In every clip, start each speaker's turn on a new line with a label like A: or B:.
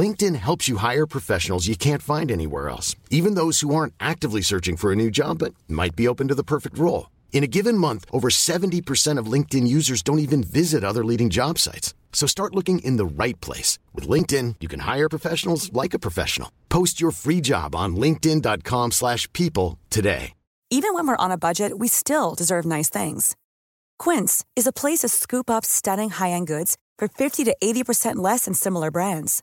A: LinkedIn helps you hire professionals you can't find anywhere else, even those who aren't actively searching for a new job but might be open to the perfect role. In a given month, over 70% of LinkedIn users don't even visit other leading job sites. So start looking in the right place. With LinkedIn, you can hire professionals like a professional. Post your free job on linkedin.com/people slash people today.
B: Even when we're on a budget, we still deserve nice things. Quince is a place to scoop up stunning high-end goods for 50 to 80% less than similar brands.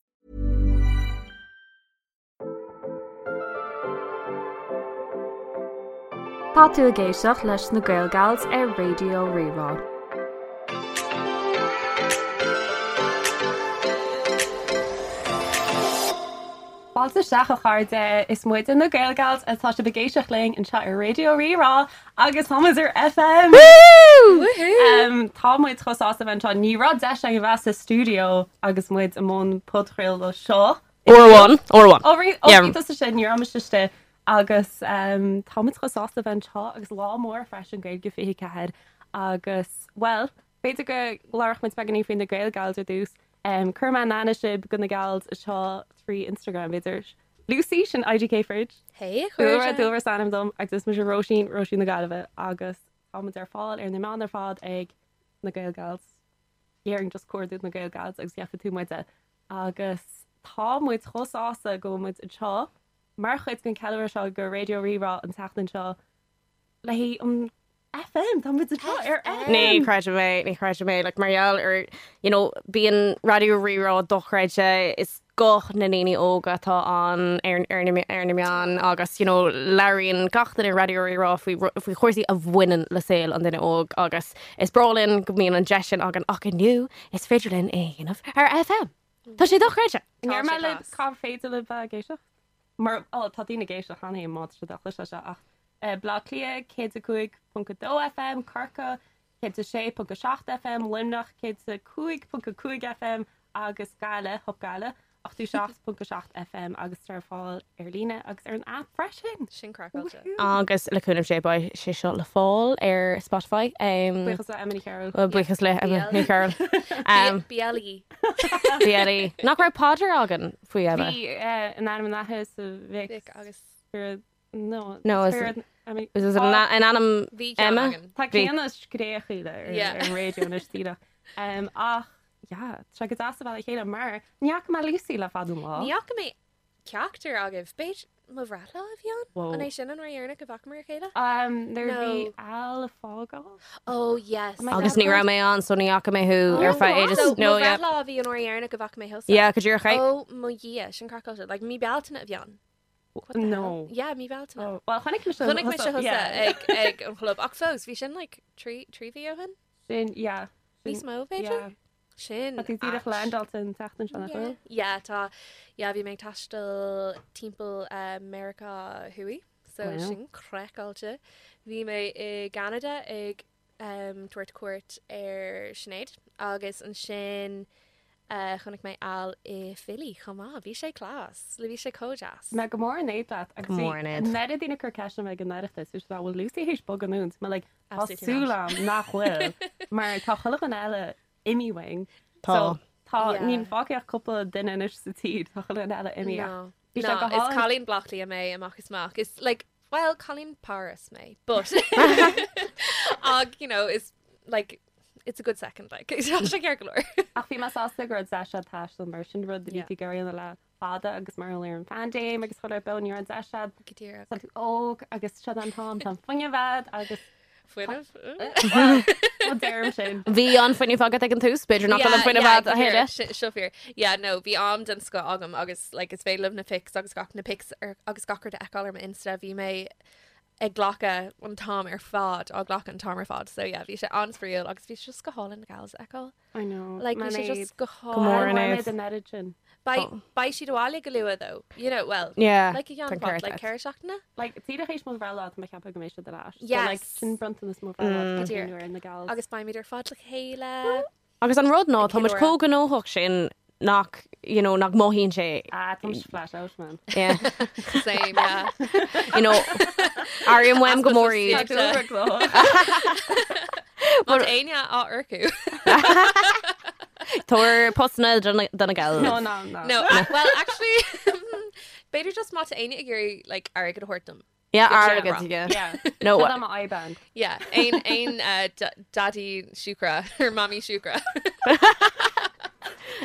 C: Tá tú a géisioach leis na ggéilgails ar radio rirá.
D: Balta seach a charde is muid in na gailgails atá se begéisioach ling an chat ar radio rirá agus thomas ar FM um, Tá muid chosá an seo nírá de an bhe a stúdio agus muid am món potréil le seo.
E: Orháin óháin Yeah.
D: Orí sin ní amiste uh, agus um, Thomas chosásta an seo agus lámór freis an gréid go fi cehead agus well uh, féidir go leirch mit beganí fin na gailgails ar dús um, chuma nana sib gona gails a seo trí Instagram viidir. Lucy sin IGK fridge
F: Hey,
D: Uair
F: chuir
D: dúhar sanam dom agus mu roisin roisin na galbh agus thomas ar fáil ar na man ar fád ag na gailgails. Dhéaring just cuairú na gailgails agus deafa tú muide agus tá muid chosása go muid anseo mar chuid gon ceir seo go radio rirá an telan seo le hí an FM tá muid atá ar FM.
E: Ní creide mé ní creide mé le marall ar bíon radio rirá dochreide e, is goch na naine óga tá an ar airnaán agus you know, leiríonn gachtain ar radio rirá faoi chuirsaí a bhhainean le saoil an duine óg agus is bralinn go míon an deisian ag an ach nniu is féidirlinn é dhéanamh ar FM. Tá sé dochreide
D: Níor me le
F: Tá sé
D: cá féidir le bh géisio? Mar á tádína géisio chana é má se dachas se ach. Eh, Blá lia cé a cuaig puntdó FM, carcha, cé a sé punt go 6 FM, limnach cé a cuaig punt go cuaig FM agus gaile hopgaile, ach tú 6 punt go 6 FM agus tar fáil ar lína agus ar an app freisin.
F: sin crackáilte.
E: agus leúnm sé ba sé seo le fáil ar Spotify um,
D: Buchas a Emily Carroll.
E: buchas le
F: BL.
E: ní Carol. Um,
F: Bialaí
E: Bhí nach raibh páidir agan faoi eile.
D: Bhí eh, an anam nathe sa bhic
F: agus
D: spirit- No,
E: No, Nou, is
D: spirit- I mean-
E: Is
D: Oh,
E: an an anam
F: bhí
E: Emma?
D: Tá
E: Bhí-
D: céannas gréchuile
F: Yeah.
D: ar réú na tíide. Ehm, ach tre go as bhil chéad mar neach má lísí le fadú má.
F: Níach mé ceachtar agah beit má bhrátá a
D: Wow.
F: bhíán an é sin an raarna go bhaach mar chéile?
D: Nuir bhí
F: No.
D: eil fágá
F: Ó yes
D: Oh my
E: agus ní ra mé an sonna acha mé
F: Oh,
E: thu ar fe éidir nó
F: lá bhí an orhéarna go bhaach mé he
E: Ié go dúr chaid
F: ó mu dhé sin crackáilte, le mí bealtainna a bheán.
D: nó.
F: Ja, mí
D: Oh.
F: bealtainna.
D: chunig me
F: Chnig me se ag ag an chlub ach fós hí sin le trí bhíhan
D: sin yeah,
F: níos
D: sin-
F: mó
D: yeah.
F: féidir sin
D: A tú tíidir
F: ach.
D: ledaltain tetan sena chu.
F: Ja tá ja vi meg tastel timpel eh, America hui so
D: Wow.
F: sin krekalte vi me i Canada ag um, tuair cuat ar snéid agus an sin uh, chunig mé al i fili chomá hí sé glas le vi sé kojas
D: Me go mór an éad
E: Go mór in éad.
D: Neidir dína chuceisna me gannéiritas ús bhfuil Lucy hééis bo ganúns me le
F: Absolutely not.
D: súlam nachhfuil mar tá chola an eile imiwing
E: Tá.
D: Tá
F: Yeah.
D: níon fáceach coppla duine sa tíd tá chola an eile imi
F: No.
D: Bhí
F: No,
D: sé go
F: it's
D: hála.
F: Colleen Blockley a me amach is mach. It's like well, Colleen Paris me, but Og, you know, is like it's a good second like it's actually Gergalore.
D: Ach bhí meáasta go sa se taiis le mar sin rud
F: Yeah.
D: dhí gaiir le le fada agus mar léir an fandéim agus chuir beníir an deisiad
F: Gadira.
D: tú óg agus se an tám an funne bhead agus
F: Fuinamh.
D: déirm sin.
E: Bhí an foioine fagad ag an túús, beidir nach an foioine bhd a heile.
F: Sufir. Yeah, no, be armed and sco agam agus like is fail of na fix agus gach na pix or agus gachar de ecolar insta vi me a glaca on Tom er fod og glaca on Tom er fod. So yeah, vi se on for real agus vi se just go hall in the gals echo.
D: I know.
F: Like
D: my
F: vi se
D: maid.
F: just go
E: mór
F: hall.
E: in
D: Mar
E: éis.
D: an edit sin.
F: By by she do all galua e, though. You know well.
E: Yeah,
F: Like a young
E: than
F: pot,
E: carrot
F: like
E: that.
F: Kershakna.
D: Like, tí a chééis mó bhile me cepa go mééis de leis.
F: Yes.
D: sin branta is mó bhile
F: Dear.
D: nuair in na gal.
F: Agus by me der fod like Hela.
E: Agus an rud ná, Tá muid
F: Cineál.
E: cógan óthach sin nach you know, nach móhín sé.
D: Ah, tá
F: Mm.
D: flash out man.
E: Yeah.
F: Same, yeah.
E: You know, Ariam Wem
F: Aspas
E: Gomori.
F: is
D: Dúil
F: Tá-
D: rud gló.
F: But Anya or Urku.
E: Tóir postna donna
D: No,
E: gail.
D: no, no.
F: No, a- well actually Beidir just mat aine agéir like aige a hortum.
E: Yeah,
F: Yeah,
E: arrogant,
F: wrong.
E: yeah.
D: Yeah.
E: No,
D: Tá
E: what-
D: am a iban.
F: Yeah, ein ein uh, d- daddy shukra her mommy shukra.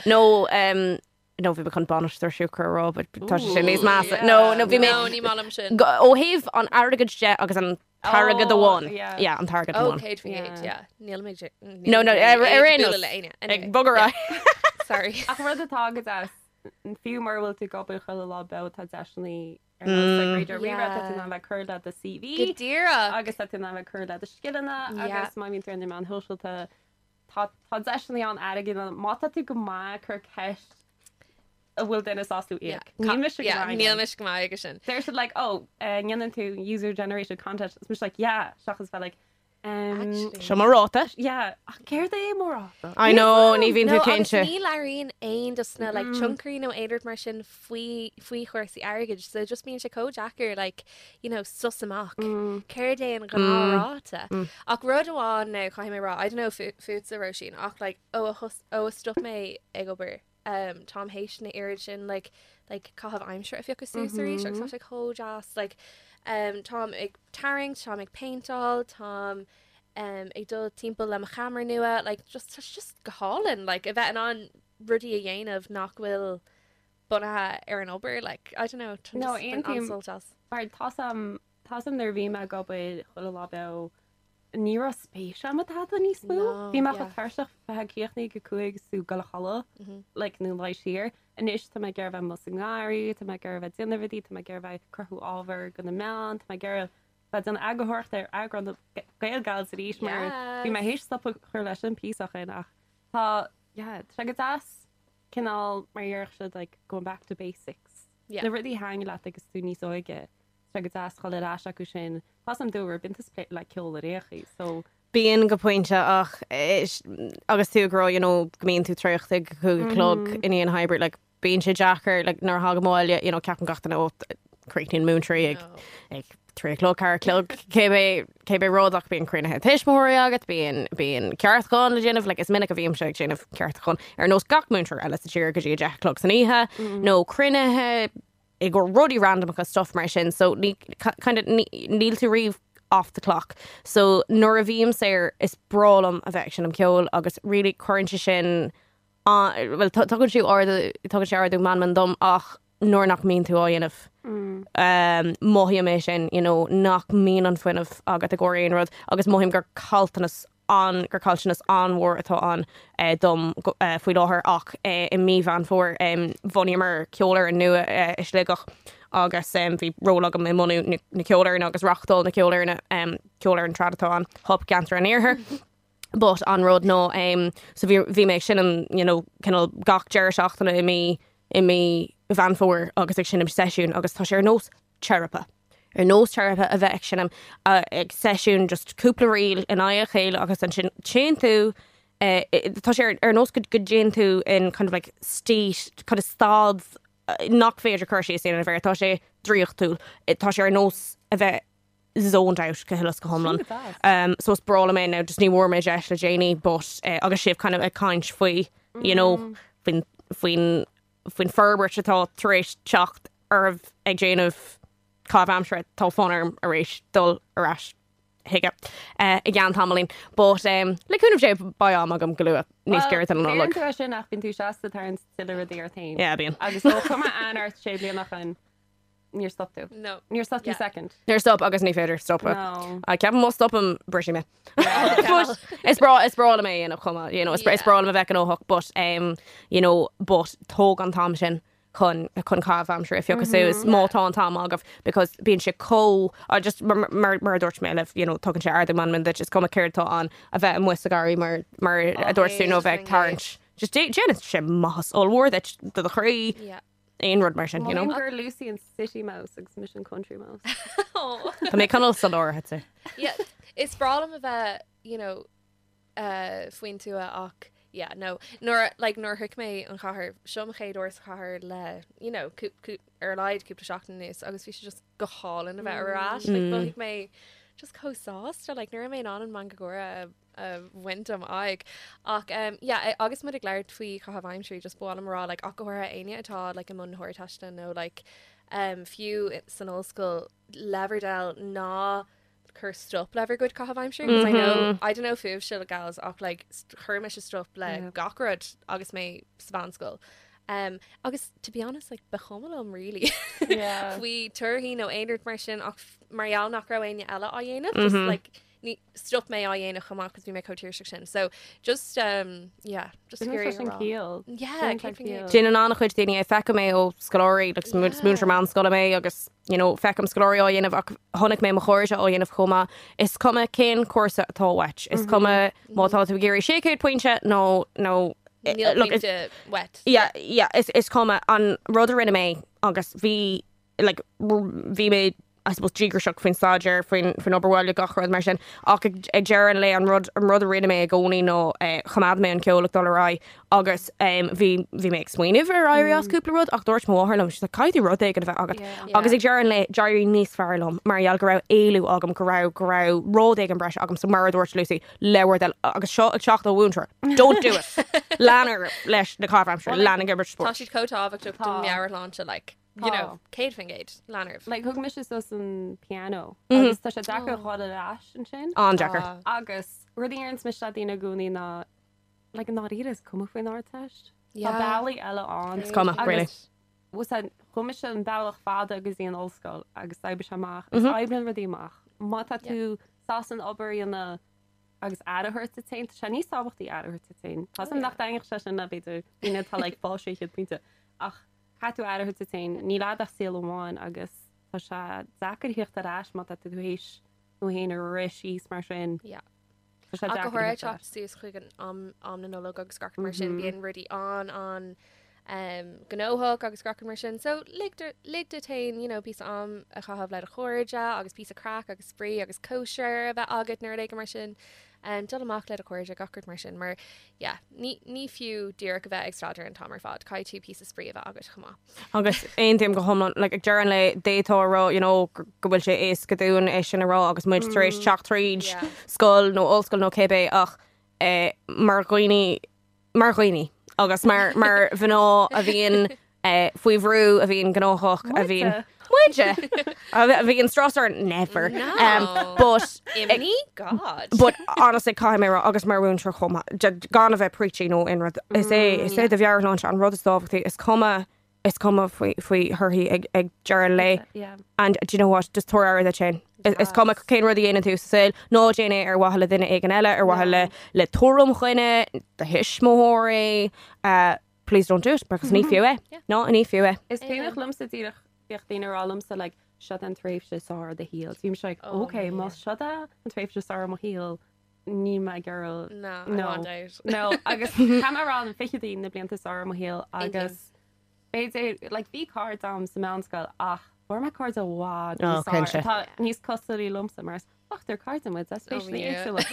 E: No, um, no, bhí bechan banistar siúcar rá, but tá sé sin níos más. No, no, bhí
F: no
E: mé...
F: ni malam sin.
E: ó híh an agad sé agus an targad
D: Oh,
E: amháin
D: yeah.
E: an targad
F: Oh,
E: amháin.
F: Kate we hate, yeah. Neil made it.
E: No, no, er é ag
F: Anyway,
E: bogará
F: sorry.
D: Ach rud atá go as an fiú mar bhfuil tú gobal chu le be tá deisnaí ar réidir
F: Mm. Yeah.
D: ré an bheith chur le a CV
F: Gadira.
D: agus a tú an bheith chur le a skillna
F: Yeah.
D: agus má vín an man thuisiilta tá tá deisnaí an aige máta tú go má chur ceist a bhfuil duna sáú
F: Yeah,
D: iag. Ní me
F: yeah, Neil
D: go.
F: Mish Gamai again.
D: They're sort of like, oh, uh, nyanin to user generated content. It's just like, yeah, shach is like, um,
F: Actually.
E: Se marráta?
D: yeah, care they more often.
E: I know ní bhíon
F: No,
E: tú
F: agus
E: céinte.
F: ní laín aon do sna le chunkarí nó éidir mar sin faoi faoi chuirsaí airige, so just bíon se códeachar le sus amach Ceir é an gráráta. Ach rud amháin nó chuimé rá, I dunno fuút a roisin ach le ó a chus- ó a stop mé ag obair. Um, Tom Haitian na irid sin like like cahabh aimimseir a fiochas súsaí seach sa se chojas like um, Tom ag taring Tom ag paintal Tom um, ag dul timp le a chamar nua like just tá just goálinn like a bheit an an rudí a dhéanamh nachhfuil bunathe ar an obair like I don't know
D: No, aon tím-
F: as
D: Mar tásam tásam nar bhí me go buid chula lábe níra spéis am tá ní
F: No,
D: smú. Bhí me
F: yeah. Mm-hmm.
D: thuirseach fechéochna go cuaig sú go chala le nó leiis sir. Inis tá me ggéirbh mu sangáirí, Tá me ggéirbh dinahí, Tá me ggéirbh crothú ábhar go na meán, Tá me ggéirbh den agathirt ar agran gailgáil a ríéis mar bhí me hééis stoppa chur leis an písacha nach. Tá tre go as cinál mar dhearch se like, going back to basics.
F: Yeah.
D: Na rudí hang le agus tú níos oige tre go as choil rá acu sin Pas an dúir bin split le ceol a réchi so
E: Bíon go pointe ach is- agus túrá gomíon tú treochtta chulog in íon hybrid le bíon sé Jackar le nar hagamáile in ceapan gatain ó Creaín Moontree ag
F: No.
E: ag trélog ar clog cé bé ródach bíon cruine teismóí agat bíon bíon ceartán le déanamh le is minic a bhíim se déanamh ceartán ar nó gachmúntar eile sa tíir go dtí deachlog san ihe nó cruinethe i go rudí random agus stuff mar sin so ní kind níl tú riomh off the clock so nuair a bhíim séir is bralam a bheith sin am ceol agus ri chuinte sin bhfuil tugann siú áda tugann sé ardú man man dom ach nuair nach míon tú áhéanamh um, mohí mé sin you know, nach mí an foiinemh agat a goíon rud agus mohím gur caltanas an gur caltanas anhór atá an eh, dom go- eh, faoi láthair ach eh, i mí van fór um, bhhaimar ceolar an nua eh, is legach agus sem bhí róla go mé mú na ceolir agus rachtdal na ceolir na um, ceolir an tradatá an hop gantar an éair. But an rud nó um, so bhí bhí méid sin an you know, cinnal gach deir seachtainna i mí i mí bhanór agus ag sinnim seisiún agus tá sé ar nós terapa. Ar nós terapa a bheith ag sinnim uh, ag seisiún just cúpla riil in a chéil agus an sin chin tú eh, i- tá sé ar- ar nós go go gin tú in kind of like stíis chu stád nach eh, féidir chuir sé sin a bheit tá sé dríocht túl tá sé ar nós a bheith zoned out go hilas go homlan. Um, so it's brawl am now just ní war me Jesh le Janie, but uh, agus sif kind of a kind
D: Mm.
E: fwy, you know, fin fin fin ferber to thought thresh chocked armh ag déanamh cáh amsre táfónar a rééis dul arás hiige i g gan tamlín, bót leúnmh sé baám agam glua níos geir an
D: Well,
E: nóla.
D: céir sin nach bín tú seasta tar an siile a dtíar tain.
E: Yeah, bíon.
D: Agus ó chuma anart sé blion nach an níor stopú.
F: No.
D: Níor stopú
F: Yeah.
D: second.
E: Nir stop agus ní féidir stoppa.
D: No.
E: ceap mó stoppam breisi me. But Is bra is bra mé in chuma, you know, is bra is
F: Yeah.
E: bra me bheith an óhach, but um, you know, but tóg an tam sin chun chun cáh am sure if fiochas is mátá an tam agah because bíon se có a just mar mar mar a dúirt mé leh, you know, tugann sé ard man man that just cuma ceirtá an a bheith an muagaí mar mar a dúirtú nó bheith
F: just bring it.
E: tarint. Just dé Janet se mas allhór that the chrí
F: Yeah.
E: aon rud mar sin, you know.
D: Gur Lucy an City Mouse agus Mission Country Mouse.
F: Oh.
E: Tá mé canal san áir hete.
F: yeah, it's problem of a you know, uh, foin tú a ach. Yeah, no, nor like nor hic me an chahar shum chaid ors chahar le you know coop coop er laid coop shocked news agus we should just go hall in about rash like but hic me just co sauce to like nor me on in mangagora uh windom aig ach um yeah I, agus mud glad twi chahav I'm sure just bo am ra like akahora ania atá like a mun hor tashta no like um few it's an old school leverdale na cursed up lever good cough I'm sure because mm-hmm. I know I don't know if she'll gals och like st- her mish is up le yeah. gockrod August May Savan school um August to be honest like behomalum really
E: Uh,
D: Yeah.
F: we turhi no einert marsin och Marial nachroin ella ayena just
E: Mm-hmm.
F: like ni stop me ayena chama because we make cotier section so just um yeah just
D: Isn't there
F: hearing
D: such an
F: her all.
D: keel?
F: yeah
D: Isn't there
F: keeping it-
D: keel?
E: Sin an annach chuid daine fecha mé ó scoláirí legus smúnir man scola mé agus you know, fecham scoláir á dhéanamh ach tháinig mé mo choirse ó dhéanamh chuma is cuma cén cuasa atáhait is cuma mátá tú géirí sécéid pointse nó nó eh,
F: Neil
E: look,
F: came
E: it's-
F: to wet
E: yeah, yeah, is is coma an rudder in me agus vi like vi made I suppose Jiger shock fin Sager fin fin Oberwell gachar mar sin ach ag Jaran le an rud an rudder in me goni no chamad me an ceolala dollar agus um, vi vi me swinine ver airias cúpla rud ach dúirt mórlam si caiú rud ag bheith agat agus ag Jaran le Jairí níos fearlam Marial gorá éú agam gorá gorá ród ag an breis agam sa mar dúirt Lucy lewer del agus seo ag seach wúntra don't do it Lanner leis na carfam sure Lanna Gilbert
F: Tá
E: Sport
F: siad cótá bh tuach
D: Tá.
F: dún mear lá se le you know Kate fingate lánarh
D: Like thug mis is sos an piano.
F: Mm-hmm.
D: Agus tá sé
F: Oh.
D: dacha chuáda leis an sin.
E: an Oh,
F: Ah.
D: Uh,
E: Jacker.
D: Agus ruí an mis a dína gúnaí ná le an náí is cumfuin áteist.
F: Yeah.
D: bailí eile an
E: cuma, really.
D: was an chumis an bailach fáda agus í an ócáil agus saib se amach aibn ruíach. Má tá tú sás an obair na agus ahir te teint se ní sábachttaí ahir te tein. Tá an nach daing se sin na beidir ine tá le bá sé chu pinte ach chatú ahir te tein, ní lá a sé amháin agus tá se zachar hiocht a ráis má tú hééis nó héana rií mar sin.
F: Yeah.
D: Tá sé
F: A
D: deacair
F: go thuir
D: thart
F: chop
D: leis.
F: suas chuig an am na nolog agus scar mar sin bíon rudí an an um, gnóthg agus scar mar sin. So lig de tain you know, pí am a chahabh le a choiride agus pí a crack agus sprí agus kosir a bheith agat nuir go mar sin. Um, do amach le a choiride gacurt mar sin mar yeah, ní ní fiú dúr go bheith extraidir an tamar fád cai tú pí sprí a bheith agat chumá.
E: agus ein tim go homlan le ag Jaran le détárá you know g- go bhfuil sé is goún é sin ará agus mu éis chatríd
F: Mm. Yeah.
E: sscoil nó ócail nó cébé ach eh, mar gooine mar gooine agus mar mar bhanná a bhíon eh, faoihrú a bhíon gnáthach a bhíon. Muide a bhí an strasar never Um,
F: No.
E: but
F: Imní God.
E: But honestly, Kai Mira, August Maroon Sure Coma, Ganave preaching no in Rod. Is a is a the Viar launch on Rodestov, it's comma, it's comma if we if we her he egg egg Jared Lay.
D: Yeah.
E: And do you know what? Just throw out the chain. Is comma Kane Roddy in into sale. No Jane or Wahala Dina Eganella or Wahala Le Torum Chine, the Hishmohori. Uh, please don't do it because need few eh. Not any few eh.
D: Is féach lum sa tíach beochttíine alum sa le se an tréifh se sá de híal. Tím se oke má se an tréifh se sá mo híal ní me girl
F: No, I
D: no
F: want out.
D: no agus camrá an fichadí na blianta sá mo híal agus fé le bhí card am sa mescail ach for me card a wad
E: Oh, cringe.
D: níos costaí lum sa mars Achtar cardam
F: yeah.
D: especially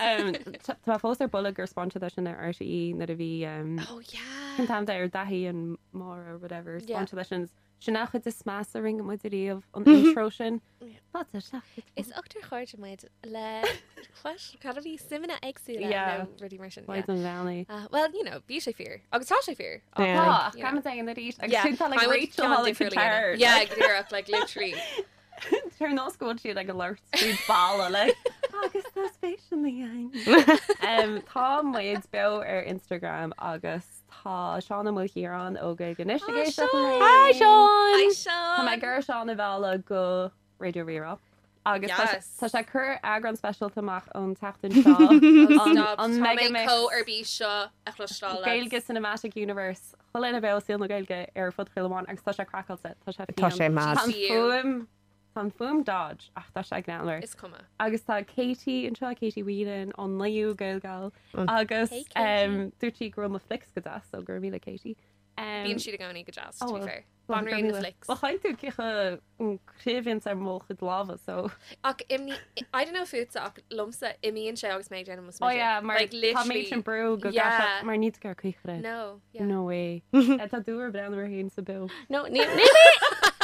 D: Tá fós ar bulleg gur sponta sin ar RTí na a bhí
F: oh yeah.
D: Sometimes I are dahi and more or whatever
F: Yeah.
D: spontations sin nach chud is más a ring mu íomh an
F: Mm-hmm.
D: intro sin
F: Is ochtar chuirte maid le cadhí simna exú
D: Yeah.
F: rudí mar
D: Waid an bhenaí.
F: Uh, Well, you know, bí sé fear agus tá sé fear
E: Yeah.
D: Tá
F: Yeah.
D: cean an rí
F: Yeah, I would
D: Rachel
F: not
D: Holly
F: do Fruity Lena. Yeah, gear up like literally.
D: Tar nó scoil siad ag leir ball le agus tá spéisianlí ein. Tá muid be ar Instagram agus tá seánna mu hiíarrán óga ganisiige
E: Hi,
F: Hi,
E: Sean.
D: Tá me
F: Sean.
D: gur seánna bhela go radioíra. Agus tá-
F: Yes.
D: tá sé chur agran special amach ón tatain seo
F: Oh, Stop,
D: an
F: Tá
D: mega
F: mé có ar bí seo a chlostal.
D: Gailge Cinematic Universe cholin bh síal na gailge ar fudchuileháin agus tá sé crackáilte tá sé
E: Tá sé mad.
D: Tá
F: Fiú.
D: fum Tá fum dodge ach tá sé gnáir.
F: Is cuma.
D: agus tá Katie an seo Katie Whelan an leú gailgal agus
F: Hey, Katie.
D: dúirtí grom a flicks go das ó gur míle Katie.
F: Bíon siad a gáinnig go jazz,
D: Um, oh,
F: to be
D: well,
F: fair. Banraí na flicks.
D: chaint tú cecha an críhinn sem mó chud láha
F: Oh
D: so
F: Ach, imni, I don't know if it's ach, lumsa, imíon sé agus méid denna mus
D: ó mar
F: like literally. Nou,
D: an breú go
F: Yeah.
D: gafa, mar níd gur chuchre.
F: No, yeah.
D: No way. Eh, Tá dúr bre ar hén sa bil.
E: No, ní ní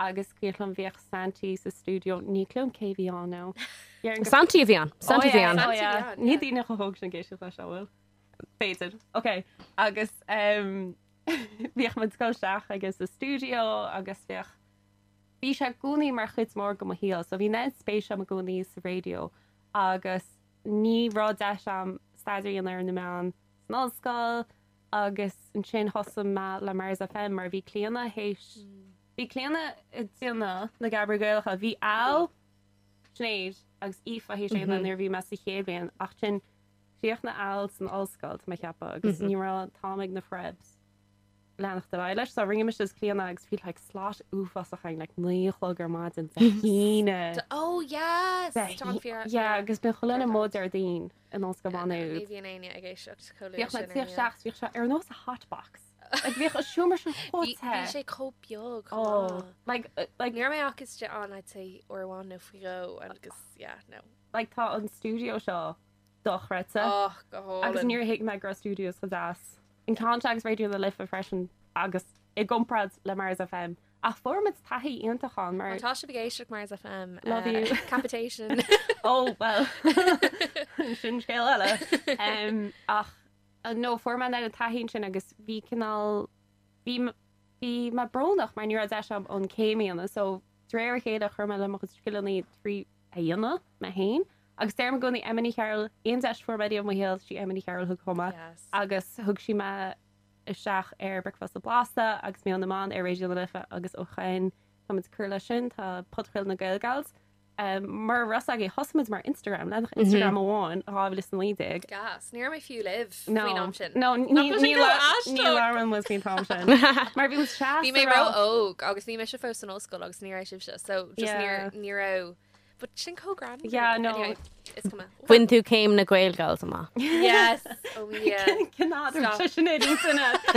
D: agus cuilan bhíoh Santí sa stúdio nílumm céhíán ná.
E: Santi bhíán.
F: Oh,
E: Santi bhíán.
F: Santi bhean,
D: Ní
F: yeah.
D: dtíine go hoog an géisi lei sehfuil. Féidir. Ok, agus um, bhíoh man sscoilteach agus a stúdio agus bhíoh Bhí sé gúnaí mar chud mór go híal, so bhí net spéisi am a gúnaí sa radio agus nírá de am staidirí an ar na meán snáscáil agus an sin hosam me le mar a fé mar bhí cléanana hééis. Bhí cléanana tíanana na gabragailcha bhí á snéad agus if a hééis sé an nervhí me sa chéhhéon ach sin fioch na áil san allscailt me cheappa agus nírá táig na frebs. lenacht de bhile sa ringe is cléanana agus fi le slát úfas a chain le néolgur má an híine.
F: D- Oh, yes. John Fiera.
D: Ja, agus ben cholinna mód ar daon in ons go bhú.
F: Bhí an aine ag éisiocht
D: Bhíoh le tíoh seach fi se ar nó a hotbox. Ag bhíoh a siúmar sin
F: Bhí
D: chóthe.
F: sé có beag.
D: Oh, like uh, like
F: Níor mé agus de an id sé orháin nó frio agus, yeah, no.
D: like tá an studio seo dochrete
F: Oh, go hó.
D: agus níor hiic me gro studios go das. In contacts radio le lifa freisin agus i gomprad le mar a fem. A formid taí ionantaán mar
F: Tá sé bhgéisiach mar FM.
D: Love
F: uh,
D: you.
F: Capitation.
D: oh well sin scéil eile um, ach uh, nó forman le taihén sin agus bhí canál bhí m- bhí ma brnach mar nuair a deis am an céimianana so dréir chéad a chuma le mochas scilaní trí a dionna me héin agus déirm gona emmaní cheil on deis formaí am mohéil si emmaní cheil thu comma
F: Yes.
D: agus thug si me i seach ar brefast a blasta agus mé an amán ar réisiú lifa agus ó chain tamcurla sin tá potfuil na gailgals. Um, mar ras agé hosmas mar Instagram lenach Instagram amháin aá lei an lídig.
F: Gas. Níor mé fiú live.
D: No,
F: No.
D: no, ní
F: go ashtag.
D: an was bíon tam sin. Mar bhí se
F: Bhí mé ra óg, agus bhí me se fós an óscoil agus níor éisih se. So, just
D: Yeah.
F: níor, níor ó. But sin cógram.
D: Yeah, no.
F: It's come out.
E: Bhain tú céim na ghilgáil amach.
F: Yes. Oh, yeah. Stop.
D: Canáidir sinna sinna.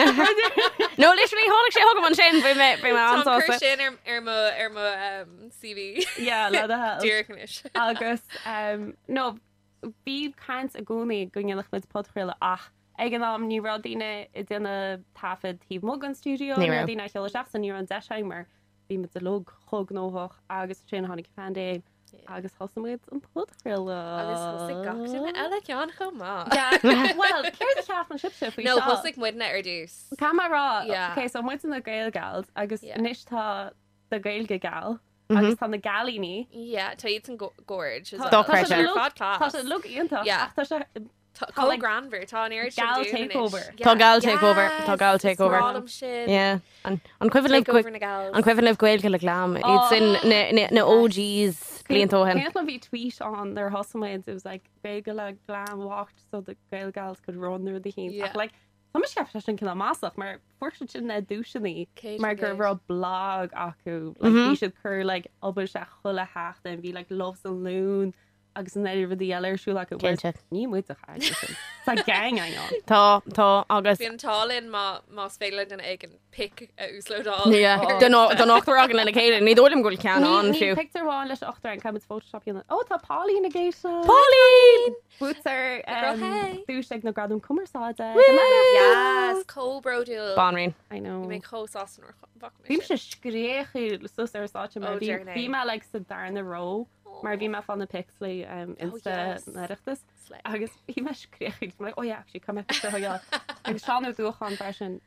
E: No, literally, hálaigh sé thugamh an sin bhí mé bhí mé
F: Tom
E: ansása.
F: Kershin ar ar mo ar mo um, CV.
D: Yeah, le a hell.
F: Dúirchanis.
D: agus um, nó bí caiint a gúnaí gonneach mid potréile ach ag an am ní radíine i duine tafid hí mó an stúo
E: Ní raibh.
D: dína cheile seach san níor an deisiin mar bhí mit a lo chog nóthch agus sin hánig fandé agus hosamid an
F: Oh, Agus
E: Uh.
D: potréile
F: eile cean go má.
D: Well céir cheaf an sibse
F: No, hosig muidna ar dús. Yeah.
D: Camera Ke so mu na gail gals agus
F: Yeah.
D: nistá de gailge gal agus tá na galíní.
F: Yeah, tá iad an go- gorge.
E: Dog
D: Tá sé
E: pressure.
D: look- Tá sé
F: Fodcast.
D: look ionanta
F: Yeah.
D: ach tá sé Tá
F: Call
D: like
F: Granver, tá an air
D: gal takeover.
E: Tá gal takeover, tá gal takeover.
F: shit.
E: Yeah. An an cuihann
F: Takeover
E: le
F: na gal.
E: an cuihann le ghilgáil le glám. It's
F: Oh,
E: in na- na- na OGs bliantóhan.
D: Can't be tweet on their housemates. It was like bagel like glam walked so the girl gals could run through the heat.
F: Yeah.
D: Yeah. Like some chef session can mass up, my fortune that douchely.
F: Cage
D: My
F: engaged.
D: girl wrote blog aku. Like mm -hmm. you should cur like open a hula hat and be like loves and loon. agus an éidir bhdí eile siú le go
E: Cinnte.
D: ní mu a cha Tá gang an
E: Tá tá agus
F: Bhí an talinn má más féile den ag an pic a úslódá
E: donachtar agan na chéile, ní ddólim goil ceanán fiú.
D: Pictarháin leis 8 an caiid Photoshopína ó tá Paulí na géisi
E: Paulín!
D: Búar
F: hey.
D: dúis ag na gradm cumaráide
F: Yes, cóbroúil
E: Banrin.
F: mé
D: mé
F: chóásanor
D: Bhím se scréú sus ar sáte
F: Oh,
D: mar bhí
F: dear,
D: bhí me le sa dar na ró mar bhí me fan na pixlaí insta
F: Oh, yes.
D: nairitas agus bhí me scréú mar ó each cum thuáil agus seanú dúchan freisin